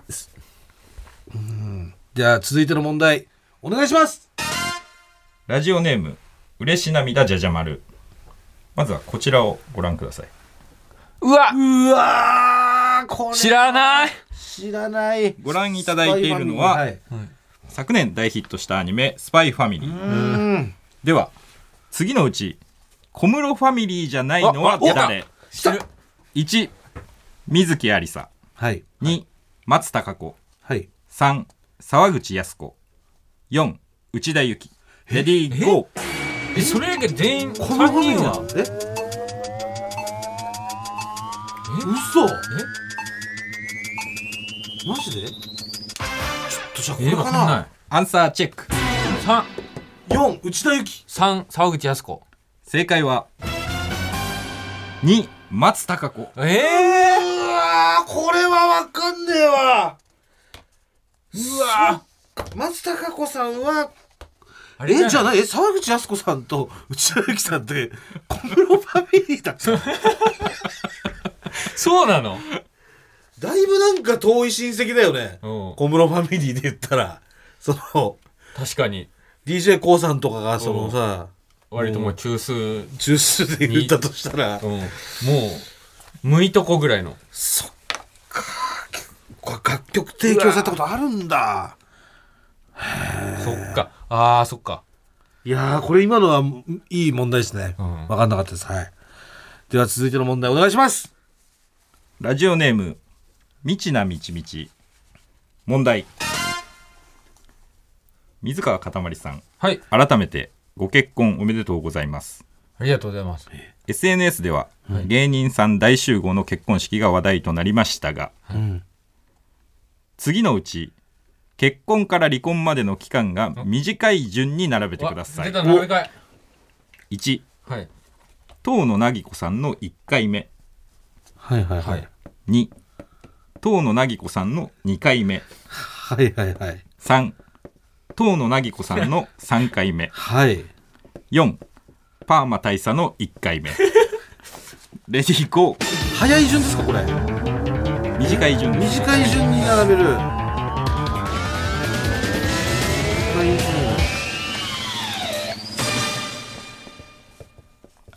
Speaker 3: じゃあ続いての問題お願いします
Speaker 5: ラジオネーム嬉し涙じゃじゃ丸まずはこちらをご覧くださいう
Speaker 2: わ
Speaker 3: うわーこれ
Speaker 2: 知らない
Speaker 3: 知らない
Speaker 5: ご覧いただいているのは
Speaker 3: スパイファミリー
Speaker 5: 昨年大ヒットしたアニメ「スパイファミリー
Speaker 3: うーん」
Speaker 5: では次のうち小室ファミリーじゃないのは
Speaker 2: ああお
Speaker 5: 誰
Speaker 3: 知る
Speaker 5: 1水木有沙
Speaker 3: はい
Speaker 5: 2松たか子
Speaker 3: はい
Speaker 5: 3沢口靖子4内田有紀レディーゴー
Speaker 2: えそれだけ全員
Speaker 3: この
Speaker 2: 3
Speaker 3: ファミリ
Speaker 2: 人
Speaker 3: ーな
Speaker 2: は
Speaker 3: のえ嘘マジでちょっとじゃあこ
Speaker 2: え
Speaker 3: れ
Speaker 2: わ
Speaker 3: か
Speaker 2: かん
Speaker 3: な
Speaker 2: な
Speaker 5: アンサーチェック
Speaker 2: い三
Speaker 3: 4内田有紀
Speaker 2: 三沢口靖子
Speaker 5: 正解は2松たか子
Speaker 2: ええ
Speaker 3: えー、うわーこれはわかんねえわ
Speaker 2: うわ
Speaker 3: 松たか子さんは
Speaker 2: あ
Speaker 3: えじゃ
Speaker 2: い
Speaker 3: ないえ沢口靖子さんと内田有紀さんって小室ファミリー だった
Speaker 2: そうなの
Speaker 3: だいぶなんか遠い親戚だよね
Speaker 2: うん
Speaker 3: 小室ファミリーで言ったらその
Speaker 2: 確かに
Speaker 3: d j k o さんとかがそ
Speaker 2: うん
Speaker 3: のさ
Speaker 2: 割ともう中枢
Speaker 3: 中枢で言ったとしたら
Speaker 2: うん、もうむいとこぐらいの
Speaker 3: そっか楽曲提供されたことあるんだ
Speaker 2: そっかあーそっか
Speaker 3: いやーこれ今のはうんいい問題ですね、
Speaker 2: う
Speaker 3: わ
Speaker 2: ん
Speaker 3: 分かんなかったですはいでは続いての問題お願いします
Speaker 5: ラジオネーム未知なみちみち問題水川かたまりさん
Speaker 2: はい
Speaker 5: 改めてご結婚おめでとうございます
Speaker 2: ありがとうございます
Speaker 5: SNS では芸人さん大集合の結婚式が話題となりましたが、
Speaker 3: ん
Speaker 5: 次のうち結婚から離婚までの期間が短い順に並べてくださ
Speaker 2: わ
Speaker 5: い
Speaker 2: 出たのかい
Speaker 5: 1
Speaker 2: はい
Speaker 5: 遠野なぎ子さんの1回目
Speaker 3: はいはい
Speaker 2: は
Speaker 3: はいい
Speaker 5: 2遠野なぎ子さんの2回目
Speaker 3: はいはいはい
Speaker 5: 3遠野なぎ子さんの3回目
Speaker 3: はい
Speaker 5: 4パーマ大佐の1回目レディーゴー
Speaker 3: 早い順ですかこれ
Speaker 5: 短い順です
Speaker 3: 短い順に並べる短い順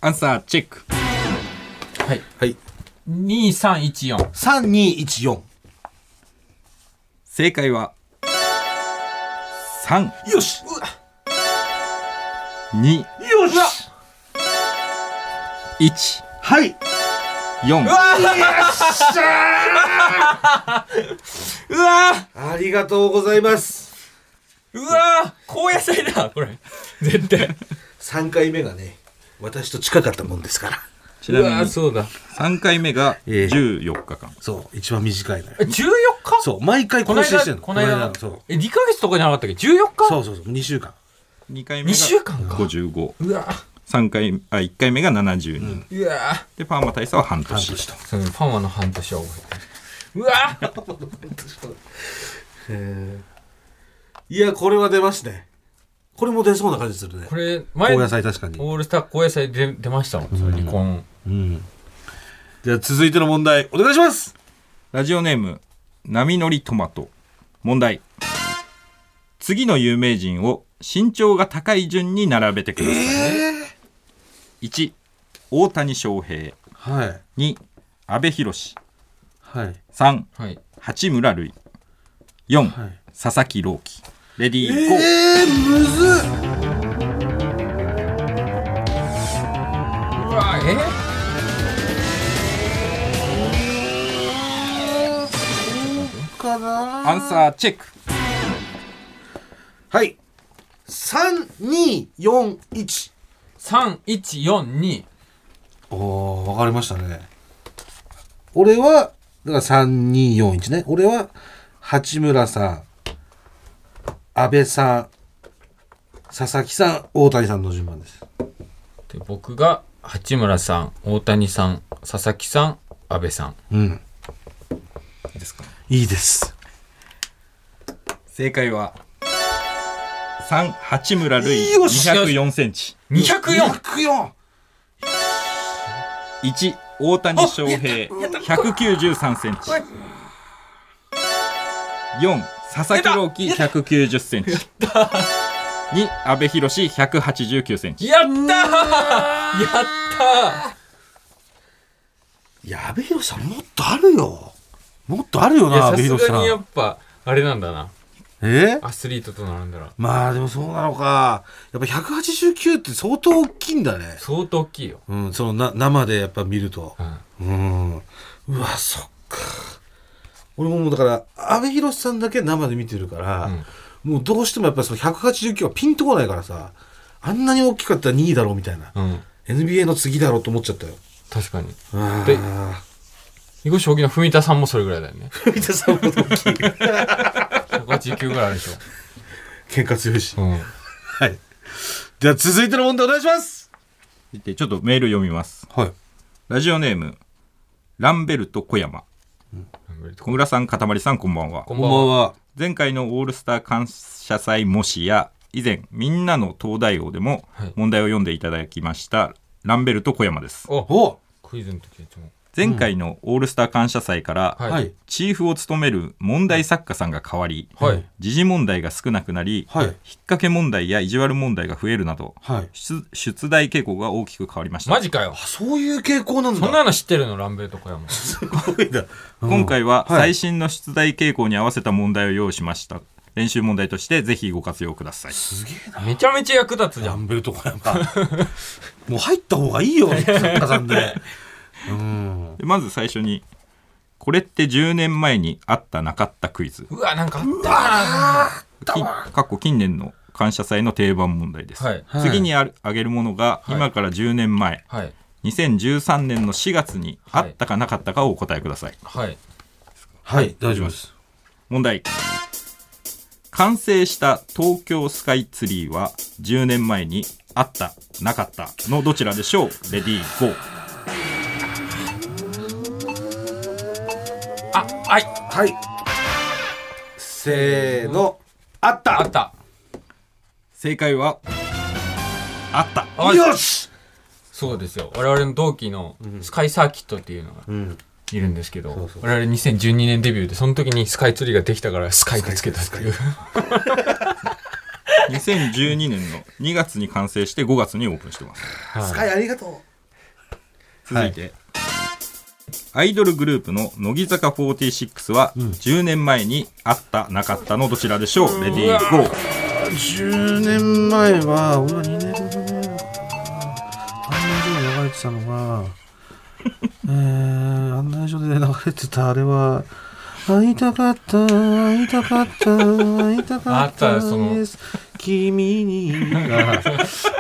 Speaker 5: アンサーチェック
Speaker 2: はい
Speaker 3: はい
Speaker 2: 2314
Speaker 3: 3214
Speaker 5: 正解は3
Speaker 3: よし
Speaker 5: 2
Speaker 3: よし
Speaker 5: 1
Speaker 3: はい
Speaker 5: 4
Speaker 2: うわー
Speaker 3: ありがとうございます
Speaker 2: うわー高野菜だ これ絶対
Speaker 3: 3回目がね私と近かったもんですから
Speaker 5: ちなみに
Speaker 2: そうだ
Speaker 5: 3回目が
Speaker 3: ええ
Speaker 5: 14日間
Speaker 3: そう一番短いのよ
Speaker 2: え14日
Speaker 3: そう毎回
Speaker 2: この
Speaker 3: 更新して
Speaker 2: 間
Speaker 3: んの
Speaker 2: この間
Speaker 3: そう
Speaker 2: え2ヶ月とかじゃなかったっけ14日
Speaker 3: そうそうそう2週間
Speaker 5: 2回目
Speaker 2: 2
Speaker 5: が
Speaker 2: 週間か
Speaker 5: 553
Speaker 2: うわ
Speaker 5: 回あ1回目が72、
Speaker 2: うわ
Speaker 5: でパーマ大佐は半
Speaker 3: 半
Speaker 5: 年
Speaker 3: 年と
Speaker 2: そのパンマの半年は覚えてるうわ
Speaker 3: いやこれは出ますねこれも出そうな感じするね
Speaker 2: これ前
Speaker 3: 高野菜確かに
Speaker 2: オールスター高野菜で出ましたもんその離婚
Speaker 3: うんじゃあ続いての問題お願いします
Speaker 5: ラジオネーム波乗りトマト問題次の有名人を身長が高い順に並べてください、1大谷翔平
Speaker 3: はい
Speaker 5: 2阿部寛
Speaker 3: はい
Speaker 5: 3
Speaker 2: はい
Speaker 5: 八村塁4、
Speaker 3: はい
Speaker 5: 佐々木朗希レディ
Speaker 3: え
Speaker 5: ーゴー、
Speaker 3: ー、むずっ
Speaker 2: うわえ
Speaker 3: かな
Speaker 5: アンサーチェック
Speaker 3: はい3241
Speaker 2: 3142
Speaker 3: おー分かりましたね俺はだから3241ね俺は八村さん安倍さん佐々木さん大谷さんの順番です
Speaker 2: で僕が八村さん大谷さん佐々木さん安倍さん
Speaker 3: うん
Speaker 5: いいですか
Speaker 3: いいです
Speaker 5: 正解は3八村塁
Speaker 3: よし
Speaker 5: 204センチ
Speaker 2: 204
Speaker 3: 104
Speaker 5: 1大谷翔平193センチ4佐々木朗希190センチ2阿部寛189センチ
Speaker 2: やったーやった
Speaker 3: いや、阿部寛さんもっとあるよ。もっとあるよ
Speaker 2: ーいや
Speaker 3: な、阿
Speaker 2: さ
Speaker 3: 部
Speaker 2: す
Speaker 3: 寛さ
Speaker 2: がにや
Speaker 3: ん。
Speaker 2: っぱあれなんだな
Speaker 3: え
Speaker 2: アスリートと並んだら
Speaker 3: まあでもそうなのか。やっぱ189って相当大きいんだね。
Speaker 2: 相当大きいよ、
Speaker 3: うん、そのな生でやっぱ見ると
Speaker 2: う。ん、
Speaker 3: うん。うわ、そっか。俺ももうだから、阿部寛さんだけ生で見てるから、もうどうしてもやっぱその189はピンとこないからさ、あんなに大きかったら2位だろうみたいな。
Speaker 2: うん、
Speaker 3: NBA の次だろうと思っちゃったよ。
Speaker 2: 確かに
Speaker 3: あ
Speaker 2: で
Speaker 3: ー
Speaker 2: 囲碁将棋の文田さんもそれぐらいだよね
Speaker 3: 富田さんも大きい。
Speaker 2: 189ぐらいあるでし
Speaker 3: 喧嘩強いし
Speaker 2: ょ、。うん、
Speaker 3: はい。では続いての問題お願いします。
Speaker 5: でちょっとメール読みます
Speaker 3: はい。
Speaker 5: ラジオネームランベルト小山小村さんかたまりさんこんばんは
Speaker 2: こん
Speaker 3: こ
Speaker 2: ば
Speaker 3: ん
Speaker 2: ん
Speaker 3: ばん
Speaker 2: は
Speaker 3: は。
Speaker 5: 前回のオールスター感謝祭模試や以前「みんなの東大王」でも
Speaker 2: はい
Speaker 5: 問題を読んでいただきました、ランベルト小山です
Speaker 2: お
Speaker 3: お
Speaker 2: クイズの時いつも
Speaker 5: 前回のオールスター感謝祭から、
Speaker 2: はい
Speaker 3: はい。
Speaker 5: チーフを務める問題作家さんが変わり、
Speaker 2: はい
Speaker 5: 時事問題が少なくなり、
Speaker 3: はい
Speaker 5: 引っ掛け問題や意地悪問題が増えるなど
Speaker 3: はい。
Speaker 5: 出出題傾向が大きく変わりました
Speaker 2: マジかよ
Speaker 3: あ、そういう傾向なんだ。
Speaker 2: そんなの知ってるのランベルト小山
Speaker 3: すごいな。うん
Speaker 5: 今回は
Speaker 3: はい
Speaker 5: 最新の出題傾向に合わせた問題を用意しました、練習問題としてぜひご活用ください
Speaker 3: すげえな。
Speaker 2: めちゃめちゃ役立つじゃ
Speaker 3: ラ
Speaker 2: ん
Speaker 3: ンベルとかやっぱ。もう入った方がいいよ、作家さんで。うん。
Speaker 5: でまず最初にこれって10年前にあったなかったクイズ
Speaker 2: うわなんかあった
Speaker 5: きかっこ近年の感謝祭の定番問題です、
Speaker 2: はい
Speaker 3: はい
Speaker 5: 次にある挙げるものが
Speaker 2: はい
Speaker 5: 今から10年前、
Speaker 2: なはい
Speaker 5: 2013年の4月にあ
Speaker 2: はい
Speaker 5: ったかなかったかをお答えください、
Speaker 2: はい
Speaker 3: はい、大丈夫です。
Speaker 5: 問題完成した東京スカイツリーは10年前にあったなかったのどちらでしょうレディーゴー
Speaker 2: あはい
Speaker 3: はい。せーの。あっ
Speaker 2: あ
Speaker 3: た
Speaker 2: った
Speaker 5: 正解はあった
Speaker 2: あ
Speaker 3: よし
Speaker 2: そうですよ我々の同期のスカイサーキットっていうのが
Speaker 3: うん。
Speaker 2: いるんですけど、
Speaker 3: そうそう
Speaker 2: 我々2012年デビューでその時にスカイツリーができたからスカイってつけたっていう
Speaker 5: 2012年の2月に完成して5月にオープンしてます
Speaker 3: スカイありがと
Speaker 5: 続いて、アイドルグループの乃木坂46は10年前にあったなかったのどちらでしょうレディーゴー
Speaker 3: う。10年前は、俺は2年前だあんな以上に流れてたのが、 えー、案内所で流れてたあれは、会いたかった、会いたかった、会いたかった
Speaker 2: あったその
Speaker 3: です。君にが、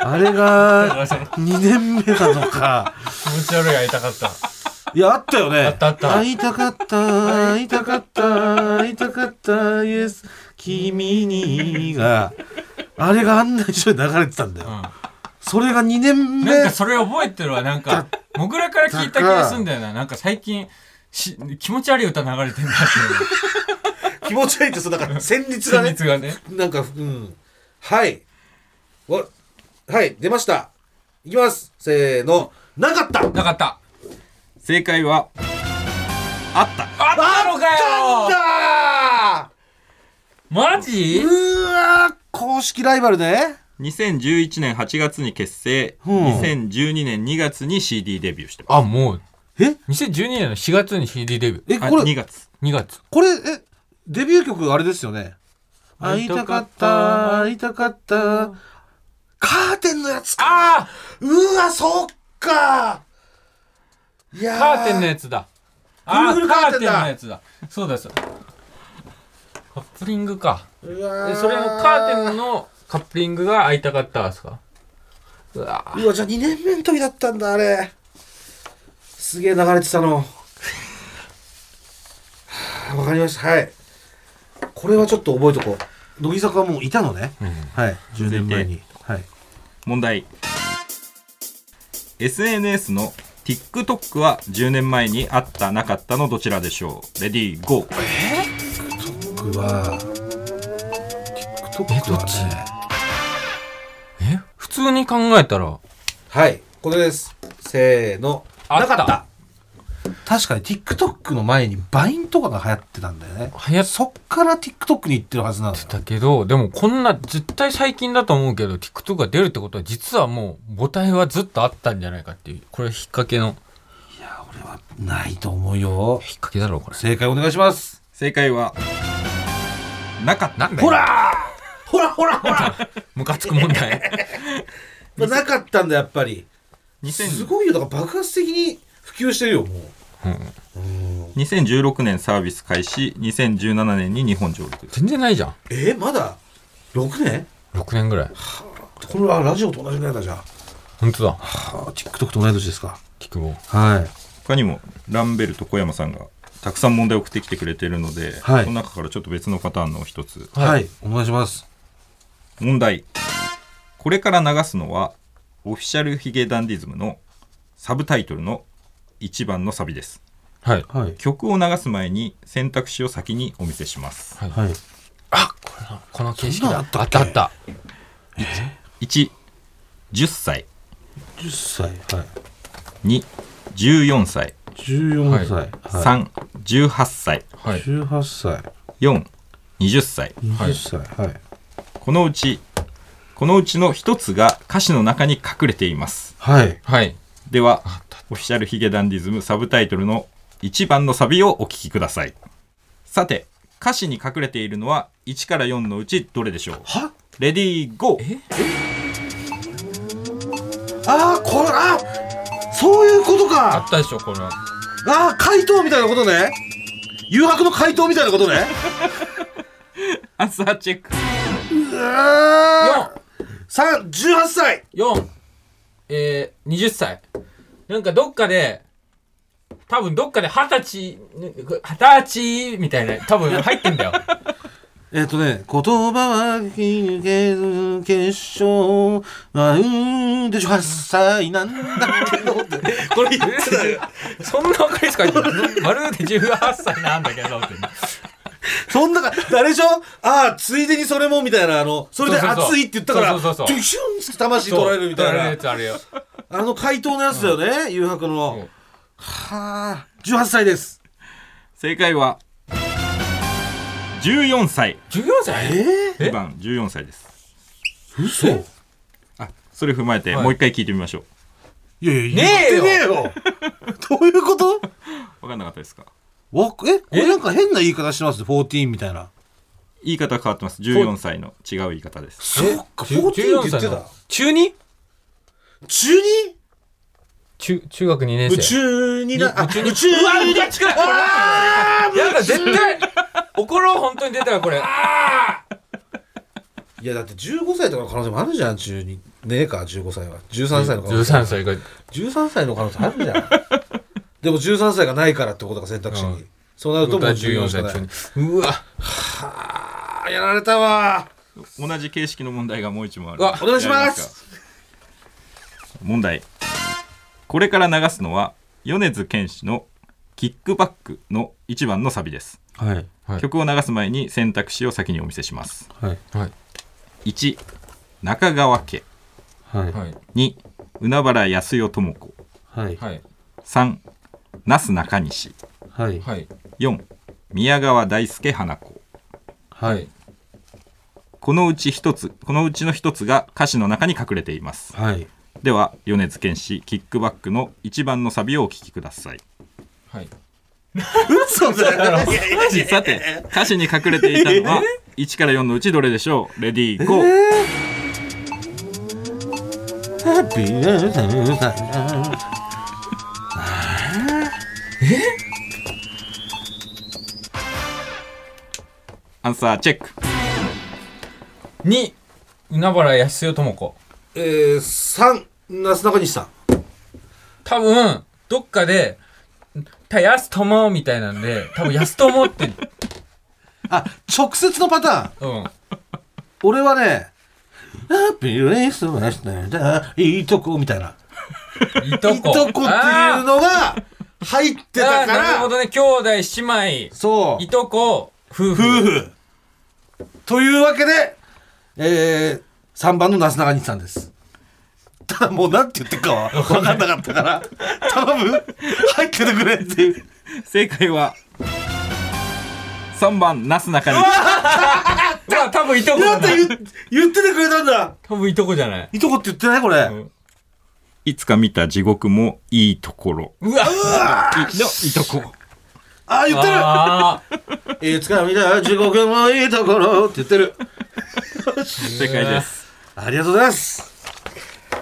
Speaker 3: あれが2年目なのか。
Speaker 2: 気持ち悪い会いたかった
Speaker 3: いや、あったよね。
Speaker 2: あったあった
Speaker 3: 会いたかった、会いたかった、会いたかった、イエス、君にが、あれがあんな一緒に流れてたんだよ。それが2年目
Speaker 2: なんかそれ覚えてるわなんかもぐらから聞いた気がすんだよななんか最近し気持ち悪い歌流れてんだ っ
Speaker 3: 気持ち悪いって、そうだ から旋律
Speaker 2: ていう旋律がね
Speaker 3: なんか、うん。はい。わはい、出ました。いきます。せーの。なかった
Speaker 2: なかった
Speaker 5: 正解はあった
Speaker 2: あったのかよ
Speaker 3: あ
Speaker 2: マジ
Speaker 3: うわー公式ライバルね。
Speaker 5: 2011年8月に結成、
Speaker 3: うん
Speaker 5: 2012年2月に CD デビューしてま
Speaker 2: あもう
Speaker 3: え
Speaker 2: 2012年の4月に CD デビュー
Speaker 3: え、
Speaker 5: すあ
Speaker 3: これ、
Speaker 5: 2月
Speaker 2: 2月
Speaker 3: これ、え、デビュー曲あれですよね。
Speaker 2: 会
Speaker 3: 会
Speaker 2: い
Speaker 3: い
Speaker 2: た
Speaker 3: た
Speaker 2: か
Speaker 3: か
Speaker 2: っ
Speaker 3: ったた、会いたかった。カーテンのやつか。
Speaker 2: あ
Speaker 3: うわ、そっか。いや
Speaker 2: あカーテンのやつだあ
Speaker 3: ぐ
Speaker 2: ー
Speaker 3: るぐる
Speaker 2: カ
Speaker 3: カ
Speaker 2: ー
Speaker 3: ー
Speaker 2: テ
Speaker 3: テ
Speaker 2: ン
Speaker 3: ン
Speaker 2: の
Speaker 3: だ
Speaker 2: やつだそうですカップリングか
Speaker 3: つ。うわ
Speaker 2: でそれのカーテンのカップリングが会いたかったですかうわ
Speaker 3: ン。うわ、じゃあ2年目の時だったんだ、あれ。すげえ流れてたの。はあわかりました。はい。これはちょっと覚えとこう。乃木坂はもういたのね。はい。10年前に。はい。
Speaker 5: 問題 SNS の TikTok は10年前にあったなかったのどちらでしょうレディーゴー
Speaker 3: 僕は、TikTok
Speaker 2: えどっ
Speaker 3: は
Speaker 2: ち
Speaker 3: ね、
Speaker 2: え普通に考えたら
Speaker 3: はい、これです。せーの。
Speaker 2: あ
Speaker 3: なかった確かに TikTok の前にバインとかが流行ってたんだよね
Speaker 2: 流行っ
Speaker 3: そっから TikTok に行ってるはずなのよ
Speaker 2: だけどでもこんな絶対最近だと思うけど TikTok が出るってことは実はもう母体はずっとあったんじゃないかっていうこれ引っ掛けの
Speaker 3: 俺はないと思うよ
Speaker 2: 引っ掛けだろうこれ
Speaker 3: 正解お願いします
Speaker 5: 正解はなかった
Speaker 2: なんだよ
Speaker 3: らほらほらほら
Speaker 2: ムカつく問題
Speaker 3: なかったんだやっぱりす
Speaker 5: 2000
Speaker 3: ごいよだから爆発的に普及してるよもう
Speaker 5: 2016年サービス開始2017年に日本上 陸
Speaker 2: 全然ないじゃん
Speaker 3: えまだ6年
Speaker 2: 6年ぐらい
Speaker 3: これはラジオと同じぐらいだじゃんは
Speaker 2: 本当だ
Speaker 3: あ TikTok と同い年ですか
Speaker 2: 聞くぼ
Speaker 3: はい
Speaker 5: 他にもランベルと小山さんがたくさん問題を送ってきてくれているので、
Speaker 3: はい
Speaker 5: その中からちょっと別のパターンの一つ
Speaker 3: はい、お願いします
Speaker 5: 問題これから流すのはオフィシャルヒゲダンディズムのサブタイトルの1番のサビです
Speaker 2: はい
Speaker 3: はい
Speaker 5: 曲を流す前に選択肢を先にお見せします
Speaker 2: はい
Speaker 3: はい
Speaker 2: あこれなこの形式
Speaker 3: そんな
Speaker 2: だ
Speaker 3: の
Speaker 2: あ
Speaker 3: あ
Speaker 2: っ
Speaker 3: ったた
Speaker 2: あ
Speaker 3: っ
Speaker 2: っ
Speaker 3: け
Speaker 2: たあった
Speaker 5: 110歳
Speaker 3: 10歳はい
Speaker 5: 214歳
Speaker 3: 14歳、
Speaker 2: は
Speaker 3: はいい
Speaker 5: 318歳
Speaker 2: はい
Speaker 3: 18歳
Speaker 5: 420歳
Speaker 2: はい
Speaker 3: 20歳はい、
Speaker 5: このうちこのうちの一つが歌詞の中に隠れています
Speaker 3: はい、
Speaker 2: はい
Speaker 5: ではオフィシャルヒゲダンディズムサブタイトルの1番のサビをお聴きくださいさて歌詞に隠れているのは1から4のうちどれでしょう
Speaker 3: は
Speaker 5: レディーゴー
Speaker 3: ああこれあそういうこと
Speaker 2: あ
Speaker 3: か
Speaker 2: ったでしょこれは
Speaker 3: ああ怪盗みたいなことね誘惑の怪盗みたいなことね
Speaker 5: アンサーチェック
Speaker 3: うわ3 18歳
Speaker 2: 4えー、20歳なんかどっかで多分どっかで二十歳二十歳みたいな多分入ってんだ よ
Speaker 3: えっ、とね、言葉は消えず結晶はうんで18歳なんだけどって。これ言ってたよ。
Speaker 2: そんな分かりやすく入ってるまるで18歳なんだけどって
Speaker 3: そんなか、あれでしょああ、ついでにそれもみたいな、あの、それで
Speaker 2: そうそうそう
Speaker 3: 熱いって言ったから、
Speaker 2: そうそうそう
Speaker 3: ドゥシュンって魂取られるみた
Speaker 2: 取られる
Speaker 3: い
Speaker 2: や
Speaker 3: な。
Speaker 2: つあるよ
Speaker 3: あの回答のやつだよね、誘白
Speaker 2: うん
Speaker 3: の。はあ、18歳です。
Speaker 5: 正解は14歳
Speaker 2: 14歳
Speaker 3: え
Speaker 2: え
Speaker 5: 2番14歳です
Speaker 3: ー、嘘い
Speaker 5: あそれ踏まえて
Speaker 2: はい
Speaker 5: もう一回聞いてみましょう、
Speaker 3: やい
Speaker 2: や
Speaker 3: 言ってねえ よどういうこと
Speaker 5: 分かんなかったですか
Speaker 3: わえ、これなんか変な言い方してますね、14みたいな。
Speaker 5: 言い方変わってます14歳の違う言い方です
Speaker 3: そっか、
Speaker 2: じゅ
Speaker 3: 14って言って
Speaker 2: 14歳
Speaker 3: た
Speaker 2: の。中 2?
Speaker 3: 中 2?
Speaker 2: 中中学2年
Speaker 3: 宇
Speaker 2: 生
Speaker 3: 宙にな、あ、宇宙に
Speaker 2: うわうわ違うやだ絶対怒ろう本当に出たらこれ
Speaker 3: いや、だって15歳とかの可能性もあるじゃん、中2。ねえか、15歳は。13歳の可能性。
Speaker 2: 13歳が
Speaker 3: 13歳の可能性あるじゃ ん。でも13歳がないからってことが選択肢
Speaker 2: う
Speaker 3: に。そうなるともう
Speaker 2: 14
Speaker 3: 14
Speaker 2: 歳
Speaker 3: 歳
Speaker 2: 中2うわ
Speaker 3: あーやられたわ
Speaker 5: 同じ形式の問題がもう一問ある
Speaker 2: うわ
Speaker 3: お願いします
Speaker 5: やりか問題これから流すのは米津玄師の「キックバック」の1番のサビです、
Speaker 3: はい。
Speaker 2: はい
Speaker 5: 曲を流す前に選択肢を先にお見せします
Speaker 3: はい。
Speaker 2: はい
Speaker 5: 1中川家
Speaker 3: はい
Speaker 2: はい
Speaker 5: 2海原康代智子
Speaker 3: はい
Speaker 2: はい
Speaker 5: 3那須中西
Speaker 3: はい
Speaker 2: はい
Speaker 5: 4宮川大輔花子
Speaker 2: はい
Speaker 5: このうち一つこのうちの一つが歌詞の中に隠れています
Speaker 3: はい。
Speaker 5: では米津玄師キックバックの1番のサビをお聴きください
Speaker 2: はい
Speaker 3: 嘘だよ。
Speaker 5: さて歌詞に隠れていたのは1から4のうちどれでしょうレディーゴー、
Speaker 3: ハッピーな歌うた
Speaker 5: アンサーチェック
Speaker 2: 2海原康代智子
Speaker 3: えー、3、なすなかにしさん。
Speaker 2: 多分どっかで「たやすとも」みたいなんで多分「やすとも」って
Speaker 3: あ、直接のパターン。
Speaker 2: うん
Speaker 3: 俺はね、ハッピーレースを出したんだ、いいとこみたいな。
Speaker 2: い
Speaker 3: い
Speaker 2: とこ
Speaker 3: いとこっていうのが入って
Speaker 2: あー
Speaker 3: たか
Speaker 2: なる
Speaker 3: ら
Speaker 2: ほ、どね兄弟姉妹
Speaker 3: そう
Speaker 2: い、とこ夫婦
Speaker 3: 夫婦。というわけで、えー、3番のなすなかにしさんです。 ったらもうなんて言ってるかは分かんなかったから頼む入っててくれっていう
Speaker 5: 正解は3番なすなかに
Speaker 2: まあ、多分いとこ だ
Speaker 3: なん
Speaker 2: な
Speaker 3: て言言っててくれたんだ
Speaker 2: 多分いとこじゃない。
Speaker 3: いとこって言ってないこれ、
Speaker 5: んいつか見た地獄もいいところ
Speaker 2: うわ
Speaker 5: いのいとこ
Speaker 3: ああ言ってる
Speaker 2: あー
Speaker 3: いつか見た地獄もいいところって言ってる。
Speaker 5: 正解です
Speaker 3: ありがとうございます。いや、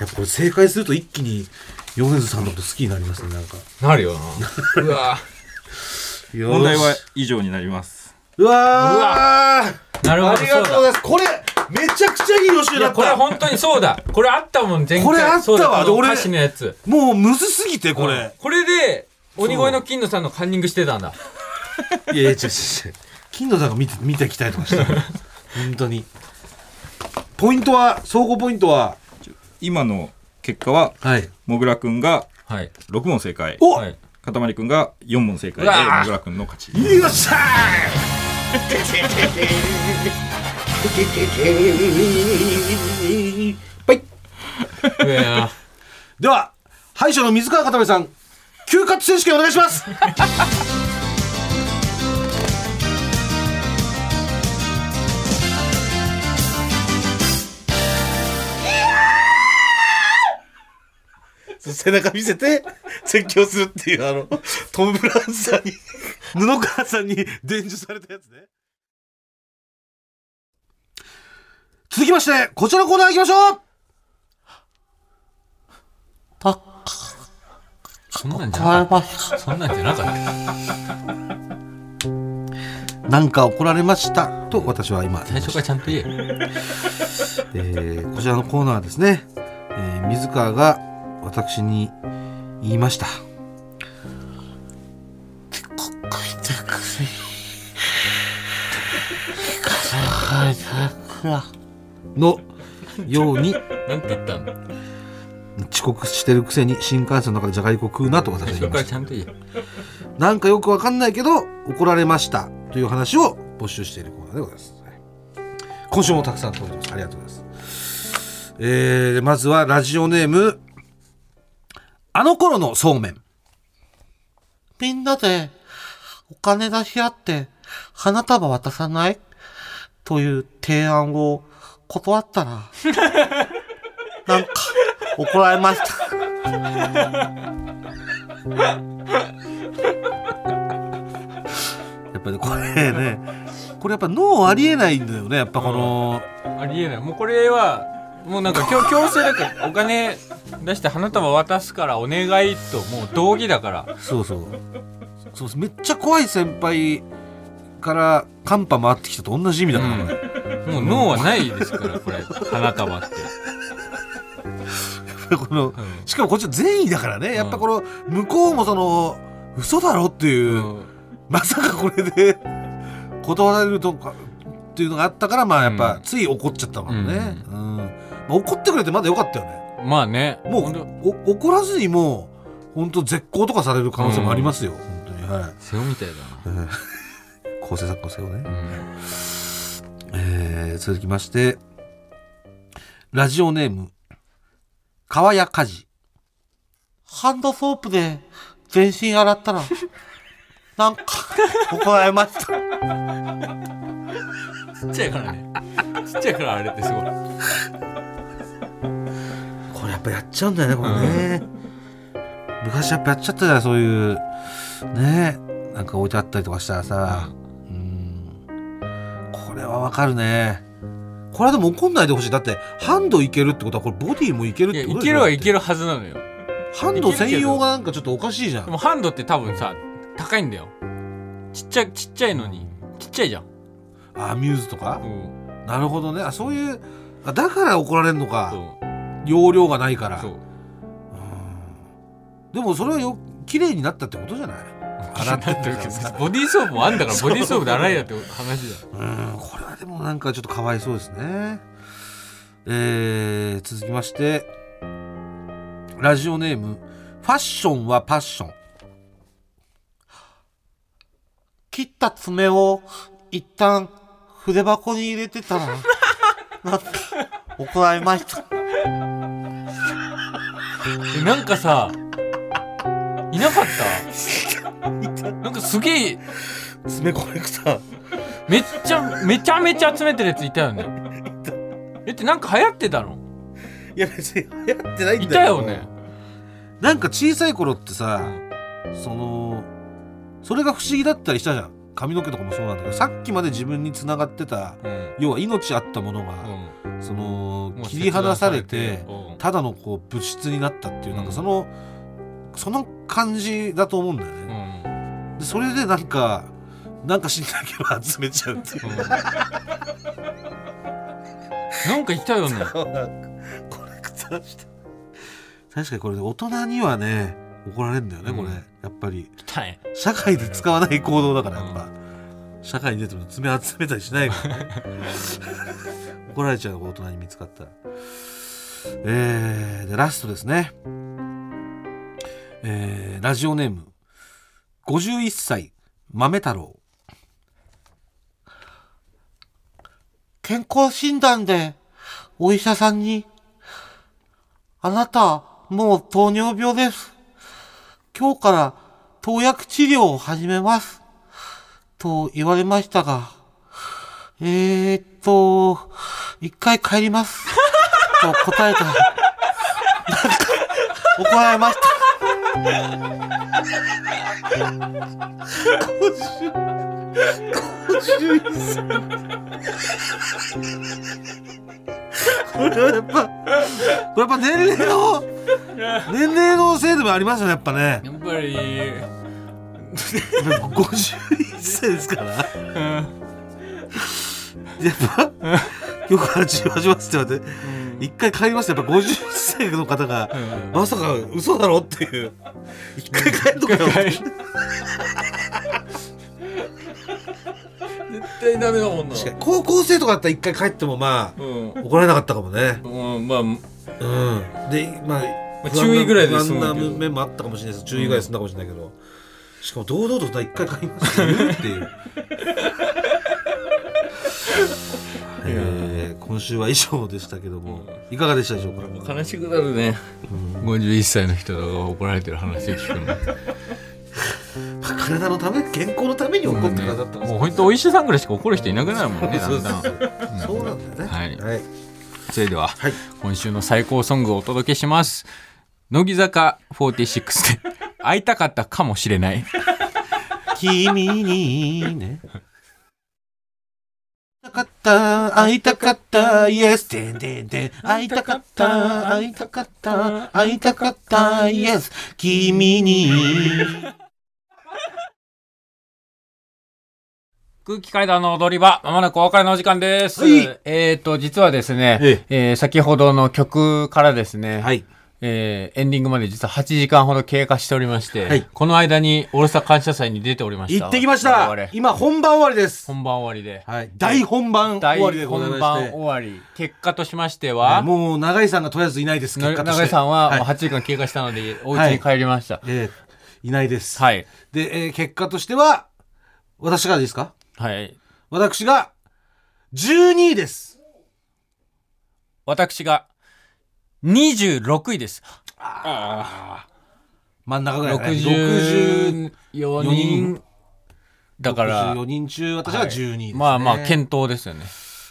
Speaker 3: やっぱこれ正解すると一気に、米津さんのこと好きになりますね、なんか。
Speaker 2: なるよ な。うわ
Speaker 5: 問
Speaker 3: 問
Speaker 5: 題は以上になります
Speaker 3: うわー
Speaker 2: なるほど。
Speaker 3: ありがとうございます。これ、めちゃくちゃいい予習
Speaker 2: い
Speaker 3: だ
Speaker 2: や、
Speaker 3: っ
Speaker 2: これ
Speaker 3: た。
Speaker 2: 本当にそうだ。これあったもん、前回。
Speaker 3: これあったわ
Speaker 2: そうだこの
Speaker 3: 俺
Speaker 2: 歌詞のやつ。
Speaker 3: もうむずすぎて、これ。
Speaker 2: これで、鬼越の金野さんのカンニングしてたんだ。
Speaker 3: いやいや、違う違う違う。金野さんが見て、見てきたりとか したから。本当に。ポイントは、総合ポイントは、
Speaker 5: 今の結果は
Speaker 3: はい。
Speaker 5: もぐらくんが
Speaker 2: はい。
Speaker 5: 6問正解
Speaker 3: お、
Speaker 2: はい。
Speaker 5: かたまりくんが4問正解
Speaker 2: う
Speaker 5: で
Speaker 2: わー
Speaker 5: もぐらくんの勝ち
Speaker 3: よっしゃーバイ
Speaker 2: いや
Speaker 3: では敗者の水川かたまりさん休活選手権お願いします背中見せて説教するっていうあのトム・ブラウンさんに 布川さんに伝授されたやつね続きましてこちらのコーナー行きましょう
Speaker 2: そんなんじゃなかった。そんなんじゃなかった。
Speaker 3: なんか怒られましたと私は今、
Speaker 2: 最初からちゃんと言えよ。
Speaker 3: えーこちらのコーナーはですね、えー水川が私に言いました。のように
Speaker 2: なんて言ったの
Speaker 3: 遅刻してるくせに新幹線の中でじゃがりこ食うなと私
Speaker 2: 最初か
Speaker 3: は言いま
Speaker 2: ら
Speaker 3: し
Speaker 2: ちゃんと言えよ。
Speaker 3: たなんかよくわかんないけど怒られましたという話を募集しているコーナーでございます、はい今週もたくさん届いてますありがとうございますえーまずはラジオネームあの頃のそうめん
Speaker 6: みんなでお金出し合って花束渡さないという提案を断ったら、 なんか怒られました。
Speaker 3: やっぱりこれねこれやっぱ脳ありえないんだよねやっぱこの、
Speaker 2: ありえない。もうこれは、もうなんか強強制だから、お金出して花束渡すからお願いと、もう同義だから。
Speaker 3: そうそうそうめっちゃ怖い先輩からカンパ回ってきたと同じ意味だから、これ
Speaker 2: もう脳はないですから、これ。花束って。
Speaker 3: このしかもこっちは善意だからねやっぱこの向こうもその嘘だろっていう、
Speaker 2: うん。
Speaker 3: まさかこれで断られるとかっていうのがあったからまあやっぱ、
Speaker 2: うん
Speaker 3: つい怒っちゃったもんね、うんまあ怒ってくれてまだよかったよね
Speaker 2: まあね。
Speaker 3: も
Speaker 2: ほんと
Speaker 3: うお怒らずにもう本当絶好とかされる可能性もありますよ、本当にはい
Speaker 2: 瀬尾みたいだ
Speaker 3: 構成作家性をね、
Speaker 2: な。うん。
Speaker 3: えー続きましてラジオネーム川谷梶
Speaker 6: ハンドソープで全身洗ったら、なんか怒られました。
Speaker 2: ちっちゃいからね。ちっちゃいからあれってす ごい。
Speaker 3: これやっぱやっちゃうんだよねこれね、昔やっぱやっちゃったじゃんそういうねなんか置いてあったりとかしたらさうんこれはわかるねこれはでも怒んないでほしいだってハンドいけるってことはこれボディもいけるっ
Speaker 2: いや、
Speaker 3: て
Speaker 2: い
Speaker 3: こと
Speaker 2: けるはいけ
Speaker 3: る
Speaker 2: るはずなのよ。
Speaker 3: ハンド専用がなんかちょっとおかしいじゃ
Speaker 2: で
Speaker 3: ん
Speaker 2: もハンドって多分さ、高いんだよ。ちっちゃい、ちっちゃいのに。ちっちゃいじゃん。
Speaker 3: あアミューズとか
Speaker 2: うん。
Speaker 3: なるほどねあそういうあだから怒られるのか
Speaker 2: そう。
Speaker 3: 容量がないから
Speaker 2: そう。
Speaker 3: でもそれはよ綺麗になったってことじゃない洗ってってことじゃない
Speaker 2: ボディーソープもあんだから、ボディーソープで洗いだって話だよ。
Speaker 3: うんこれはでもなんかちょっとかわいそうですね。えー、続きまして、ラジオネーム、ファッションはパッション。
Speaker 6: 切った爪を一旦 筆箱に入れてたら、なんか怒られました。
Speaker 2: えなんかさいなか ったなんかすげえ
Speaker 7: 詰め込めくさ
Speaker 2: めっちゃめちゃめちゃ詰めてるやついたよねえってなんか流行ってたの
Speaker 7: いや別に流行ってないんだ
Speaker 2: いたよね
Speaker 3: なんか小さい頃ってさそのそれが不思議だったりしたじゃん髪の毛とかもそうなんだけどさっきまで自分につながってた
Speaker 2: うん
Speaker 3: 要は命あったもの
Speaker 2: う
Speaker 3: が、
Speaker 2: ん
Speaker 3: その
Speaker 2: もう
Speaker 3: 切り離されて
Speaker 2: 切断されて
Speaker 3: ただのこう物質になったっていうなん
Speaker 2: う
Speaker 3: か
Speaker 2: ん
Speaker 3: その、その感じだと思うんだよ
Speaker 2: うんう
Speaker 3: ね、
Speaker 2: ん
Speaker 3: でそれでなんかなんか知んないけど集めちゃうっていう
Speaker 2: うんなんかいたよね
Speaker 7: コレクターして
Speaker 3: 確かにこれね大人にはね怒られるんだよね、これ
Speaker 2: うん
Speaker 3: やっぱり
Speaker 2: いたね
Speaker 3: 社会で使わない行動だからやっぱ、社会に出ても爪集めたりしないからね怒られちゃう大人に見つかったらえー、でラストですねえー、ラジオネーム51歳豆太郎
Speaker 7: 健康診断でお医者さんに、あなた、もう糖尿病です。今日から投薬治療を始めます。と言われましたが、えーっと、一回帰ります。と答えたら、なんか、怒られました。今週、今週これはやっぱ、
Speaker 3: これやっぱ年齢の年齢のせいでもありますよねやっぱね
Speaker 2: やっぱり
Speaker 3: 51歳ですからやっぱよく88ますって言われて一回帰りましたやっぱ51歳の方がまさか嘘だろっていう一回帰るとかよ
Speaker 2: 絶対ダメだもんな
Speaker 3: 確かに高校生とかだったら一回帰ってもまあ
Speaker 8: うん
Speaker 3: 怒られなかったかもね
Speaker 8: うんまあ
Speaker 3: うんでまあ
Speaker 8: まあ注意ぐらいで
Speaker 3: 不
Speaker 8: 済む
Speaker 3: 安
Speaker 8: けど
Speaker 3: な面もあったかもしれないです注意ぐらいで済んだかもしれないけどしかも堂々とさ一回帰りますって言うっ ていう。えー今週は以上でしたけども、いかがでしたでしょうか。
Speaker 8: 悲しくなるね
Speaker 2: 51歳の人が怒られてる話を聞くの
Speaker 3: 体のため健康のために怒ってくださったんです
Speaker 2: もう本当お医者さんぐらいしか怒る人いなくなるもんねだんだん
Speaker 3: そうなんだよね、
Speaker 2: はい
Speaker 3: はい、
Speaker 2: それでは、
Speaker 3: い
Speaker 2: 今週の最高ソングをお届けします乃木坂46で 会いたかったかもしれない
Speaker 7: 君にね。会いたかった、会いたかった、イエス、でんでんでん。会いたかった、会いたかった、会いたかった、イエス、君に。
Speaker 2: 空気階段の踊り場、まもなくお別れのお時間です。
Speaker 3: はい
Speaker 2: えっ、と、実はですね、えー先ほどの曲からですね、
Speaker 3: はい
Speaker 2: えーエンディングまで実は8時間ほど経過しておりまして、
Speaker 3: はい
Speaker 2: この間にオールスター感謝祭に出ておりました。
Speaker 3: 行ってきまし
Speaker 2: 我々
Speaker 3: た。今本番終わりです。
Speaker 2: 本番終わりで。
Speaker 3: はい、大本番終わりで
Speaker 2: 大
Speaker 3: ござい
Speaker 2: 本
Speaker 3: ま
Speaker 2: 番
Speaker 3: して
Speaker 2: 終。わり。結果としましては、
Speaker 3: もう永井さんがとりあえずいないです。
Speaker 2: な
Speaker 3: 結果として
Speaker 2: 長井さんはもう
Speaker 3: い
Speaker 2: 8時間経過したので、お家に帰りました。
Speaker 3: えーいないです。
Speaker 2: はい。
Speaker 3: で、えー結果としては、私からですか
Speaker 2: はい。
Speaker 3: 私が12位です。
Speaker 2: 私が26位です。
Speaker 3: 真ん中ぐらい、ね。
Speaker 2: 64人。だから、
Speaker 3: 4人中、私は12位です、ね
Speaker 2: まあまあ、健闘ですよね。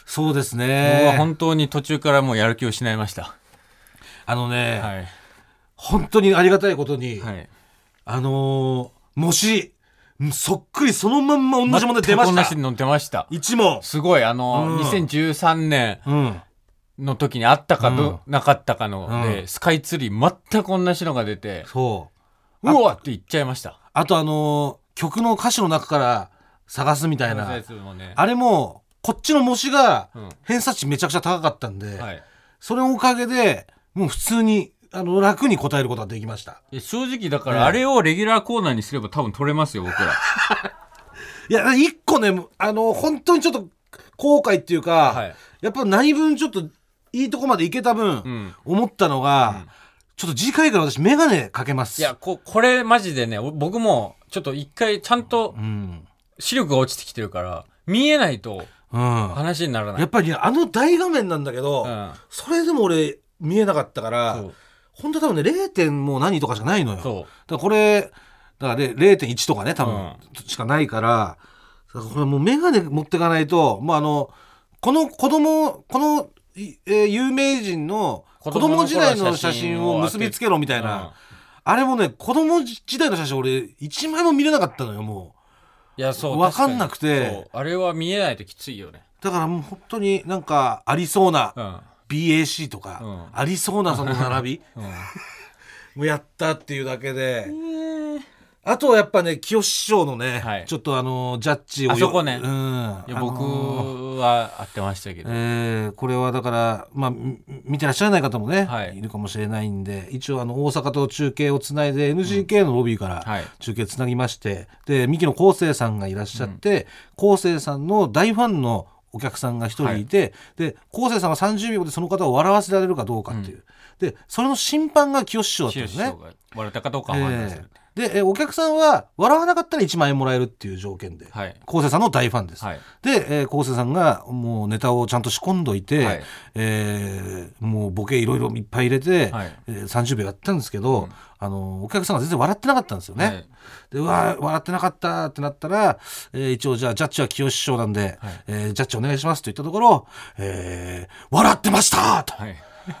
Speaker 3: そうです
Speaker 2: 僕は
Speaker 3: ね。
Speaker 2: 本当に途中からもうやる気を失いました。
Speaker 3: あのね、
Speaker 2: はい。
Speaker 3: 本当にありがたいことに、
Speaker 2: はい。
Speaker 3: あのー、もし、うんそっくりそのまんま同じもの出ま
Speaker 2: 全
Speaker 3: し
Speaker 2: く同じ
Speaker 3: た。
Speaker 2: の出ました。
Speaker 3: 一問。
Speaker 2: すごい、あの、
Speaker 3: うん
Speaker 2: 2013年
Speaker 3: うん。
Speaker 2: の時にあったかどなかったかの
Speaker 3: う
Speaker 2: で、スカイツリー全く同じのが出て、
Speaker 3: そう。
Speaker 2: うわって言っちゃいました。
Speaker 3: あとあのー曲の歌詞の中から探すみたい
Speaker 2: あの
Speaker 3: な
Speaker 2: や。つもね
Speaker 3: あれも、こっちの模試が
Speaker 2: うん
Speaker 3: 偏差値めちゃくちゃ高かったんで、
Speaker 2: はい。
Speaker 3: それのおかげで、もう普通に、あの、楽に答えることができました。
Speaker 2: いや正直だから、あれをレギュラーコーナーにすれば多分取れますよ、僕ら。
Speaker 3: いや、一個ね、あの、本当にちょっと後悔っていうか、
Speaker 2: はい
Speaker 3: やっぱ何分ちょっといいとこまでいけた分、
Speaker 2: ん
Speaker 3: 思ったのが、ちょっと次回から私メガネかけます。
Speaker 2: いや、こ、これマジでね、お僕も、ちょっと一回ちゃんと
Speaker 3: うん。
Speaker 2: 視力が落ちてきてるから、見えないと
Speaker 3: うん。
Speaker 2: 話にならない。
Speaker 3: やっぱりね、あの大画面なんだけど、
Speaker 2: うん
Speaker 3: それでも俺見えなかったから
Speaker 2: そう、
Speaker 3: 本当多分ね 0. 点もう何とかしかないのよだか
Speaker 2: そ
Speaker 3: らこれだからね0.1とかね多
Speaker 2: う
Speaker 3: 分
Speaker 2: ん
Speaker 3: しかないから,、だからこれもう眼鏡持ってかないともうあのこの子供この、いえー有名人の子
Speaker 2: 子供の
Speaker 3: 供
Speaker 2: 頃
Speaker 3: 時代の写真を結びつけろみたいな、あれもね子供時代の写真俺一枚も見れなかったのよも
Speaker 2: ういやそう
Speaker 3: わかんなくて
Speaker 2: 確かにそうあれは見えないときついよね
Speaker 3: うだからもう本当になんかありそうな
Speaker 2: うん、
Speaker 3: BAC とか、ありそうなそ の並び、もうやったっていうだけで、あとはやっぱね清志師匠のね、
Speaker 2: はい
Speaker 3: ちょっとあのジャッジをよ
Speaker 2: あそこね
Speaker 3: うん
Speaker 2: いや
Speaker 3: あの
Speaker 2: 僕は会ってましたけど、
Speaker 3: えーこれはだから、まあ、み見てらっしゃらない方もね、
Speaker 2: はい
Speaker 3: い、るかもしれないんで一応あの大阪と中継をつないで NGK のロビーから
Speaker 2: はい
Speaker 3: 中継つなぎまして、で三木野昴生さんがいらっしゃって昴生、さんの大ファンのお客さんが一人いてで昴生、さんは30秒でその方を笑わせられるかどうかっていう、でそれの審判が清志師匠だったん
Speaker 2: 清
Speaker 3: で
Speaker 2: 志師
Speaker 3: す
Speaker 2: 匠
Speaker 3: ね。
Speaker 2: が笑ったかどうかは判断す
Speaker 3: え
Speaker 2: る、
Speaker 3: えでえお客さんは笑わなかったら1万円もらえるっていう条件で
Speaker 2: はい
Speaker 3: 昴生さんの大ファンです。
Speaker 2: はい
Speaker 3: で、えー、昴生さんがもうネタをちゃんと仕込んどいて、
Speaker 2: はい
Speaker 3: えーもうボケいろいろいっぱい入れて、
Speaker 2: はい
Speaker 3: えー30秒やったんですけど、あのお客さんが全然笑ってなかったんですよね。
Speaker 2: はい
Speaker 3: でうわー笑ってなかったってなったら、えー一応じゃあジャッジは清志師匠なんで、えージャッジお願いしますと言ったところ「えー笑ってました!」と
Speaker 2: はい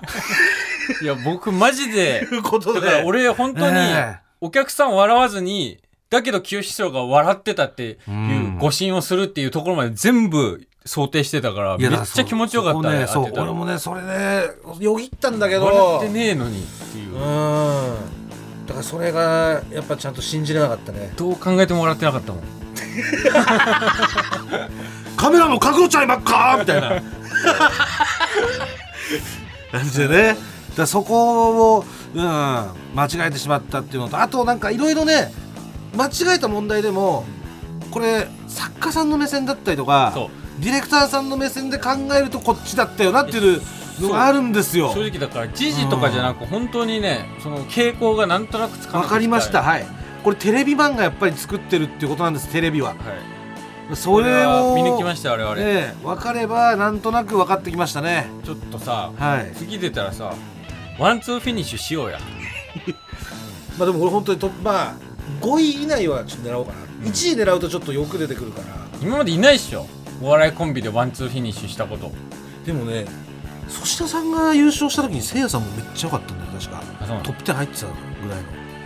Speaker 2: いや僕マジで
Speaker 3: いうことで
Speaker 2: だから俺本当に
Speaker 3: ええ
Speaker 2: お客さん笑わずにだけど清志師匠が笑ってたってい
Speaker 3: ん
Speaker 2: う誤信をするっていうところまで全部想定してたから
Speaker 3: い
Speaker 2: め
Speaker 3: や
Speaker 2: っ
Speaker 3: だから
Speaker 2: ちゃ気持ちよかっ
Speaker 3: そ
Speaker 2: た
Speaker 3: こね
Speaker 2: 会
Speaker 3: そ
Speaker 2: って
Speaker 3: う
Speaker 2: た
Speaker 3: 俺
Speaker 2: ら
Speaker 3: もねそれねよぎったんだけど
Speaker 2: 笑ってねえのにっていうう
Speaker 3: ーんだからそれがやっぱちゃんと信じれなかったね
Speaker 2: どう考えても笑ってなかったもん
Speaker 3: カメラも角をちゃいまっかみたいな感じでねだからそこを、うん、間違えてしまったっていうのとあとなんかいろいろね間違えた問題でもこれ作家さんの目線だったりとか
Speaker 2: そ
Speaker 3: ディレクターさんの目線で考えるとこっちだったよなっていうのがあるんですよ
Speaker 2: 正直だから時事とかじゃなく本当にねその傾向がなんとなくつかめ
Speaker 3: わ
Speaker 2: てき
Speaker 3: かりました
Speaker 2: は
Speaker 3: はいこれテレビ版がやっぱり作ってるっていうことなんですテレビはいそ
Speaker 2: これ
Speaker 3: れ
Speaker 2: は
Speaker 3: を
Speaker 2: 見抜きました我々、
Speaker 3: ええ、分かればなんとなく分かってきましたね
Speaker 2: ちょっとさ
Speaker 3: はい
Speaker 2: 次出たらさワンツーフィニッシュしようや
Speaker 3: まあでもこれ本当にトップまあ5位以内はちょっと狙おうかな、1位狙うとちょっとよく出てくるから
Speaker 2: 今までいないっしょお笑いコンビでワンツーフィニッシュしたこと
Speaker 3: でもね粗品さんが優勝した時にせいやさんもめっちゃ良かったんだよ確か
Speaker 2: あそうなの
Speaker 3: トップ10入ってたぐらい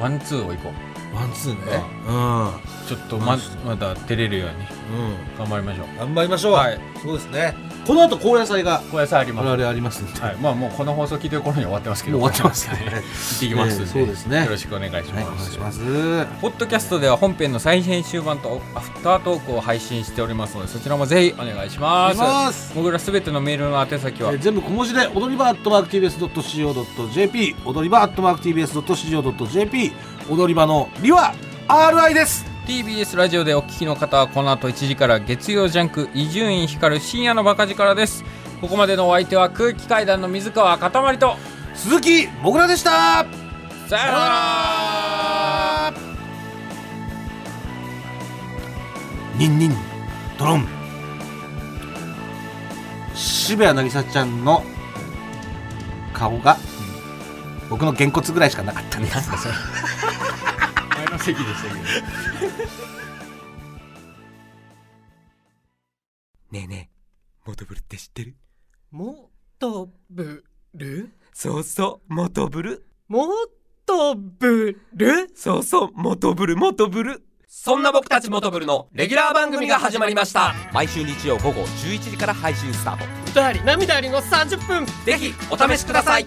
Speaker 2: ワンツーをいこう
Speaker 3: のワンツーねうん
Speaker 2: ちょっとままだ出れるように
Speaker 3: う
Speaker 2: 頑張りましょうん
Speaker 3: 頑張りましょう、
Speaker 2: はい
Speaker 3: そうですねこの後高野菜が
Speaker 2: これさあります
Speaker 3: 我々ありますんで、
Speaker 2: はいまあもうこの放送聞いてる頃には終わってますけど
Speaker 3: もう終わってますけどね
Speaker 2: はい行ってきますん
Speaker 3: ええそうですね
Speaker 2: よろしくお願いし
Speaker 3: はいお願
Speaker 2: ま
Speaker 3: い
Speaker 2: す
Speaker 3: します
Speaker 2: ポッドキャストでは本編の再編集版とアフタートークを配信しておりますのでそちらもぜひお願いします
Speaker 3: お願いします
Speaker 2: 僕らすべてのメールの宛先
Speaker 3: え
Speaker 2: は
Speaker 3: ー全部小文字で踊り場アットマーク TBS.CO.JP 踊り場アットマーク TBS.CO.JP 踊り場のりは RI です
Speaker 2: TBS ラジオでお聞きの方はこの後1時から月曜ジャンク伊集院光る深夜のバカ力ですここまでのお相手は空気階段の水川かたまりと
Speaker 3: 鈴木もぐらでした
Speaker 2: さよなら
Speaker 3: ニンニンドロン渋谷渚ちゃんの顔が、僕のげんこつぐらいしかなかったんです
Speaker 2: 前の席でしたけど
Speaker 9: ねえねえ、モトブルって知ってる
Speaker 10: もっとぶる
Speaker 9: そうそう、モトブル。
Speaker 10: もっとぶる
Speaker 9: そうそう、モトブル、モトブル。
Speaker 10: そんな僕たちモトブルのレギュラー番組が始まりました
Speaker 9: 毎週日曜午後11時から配信スタート。
Speaker 10: 歌あり涙ありの30分
Speaker 9: ぜひ、
Speaker 10: お試しください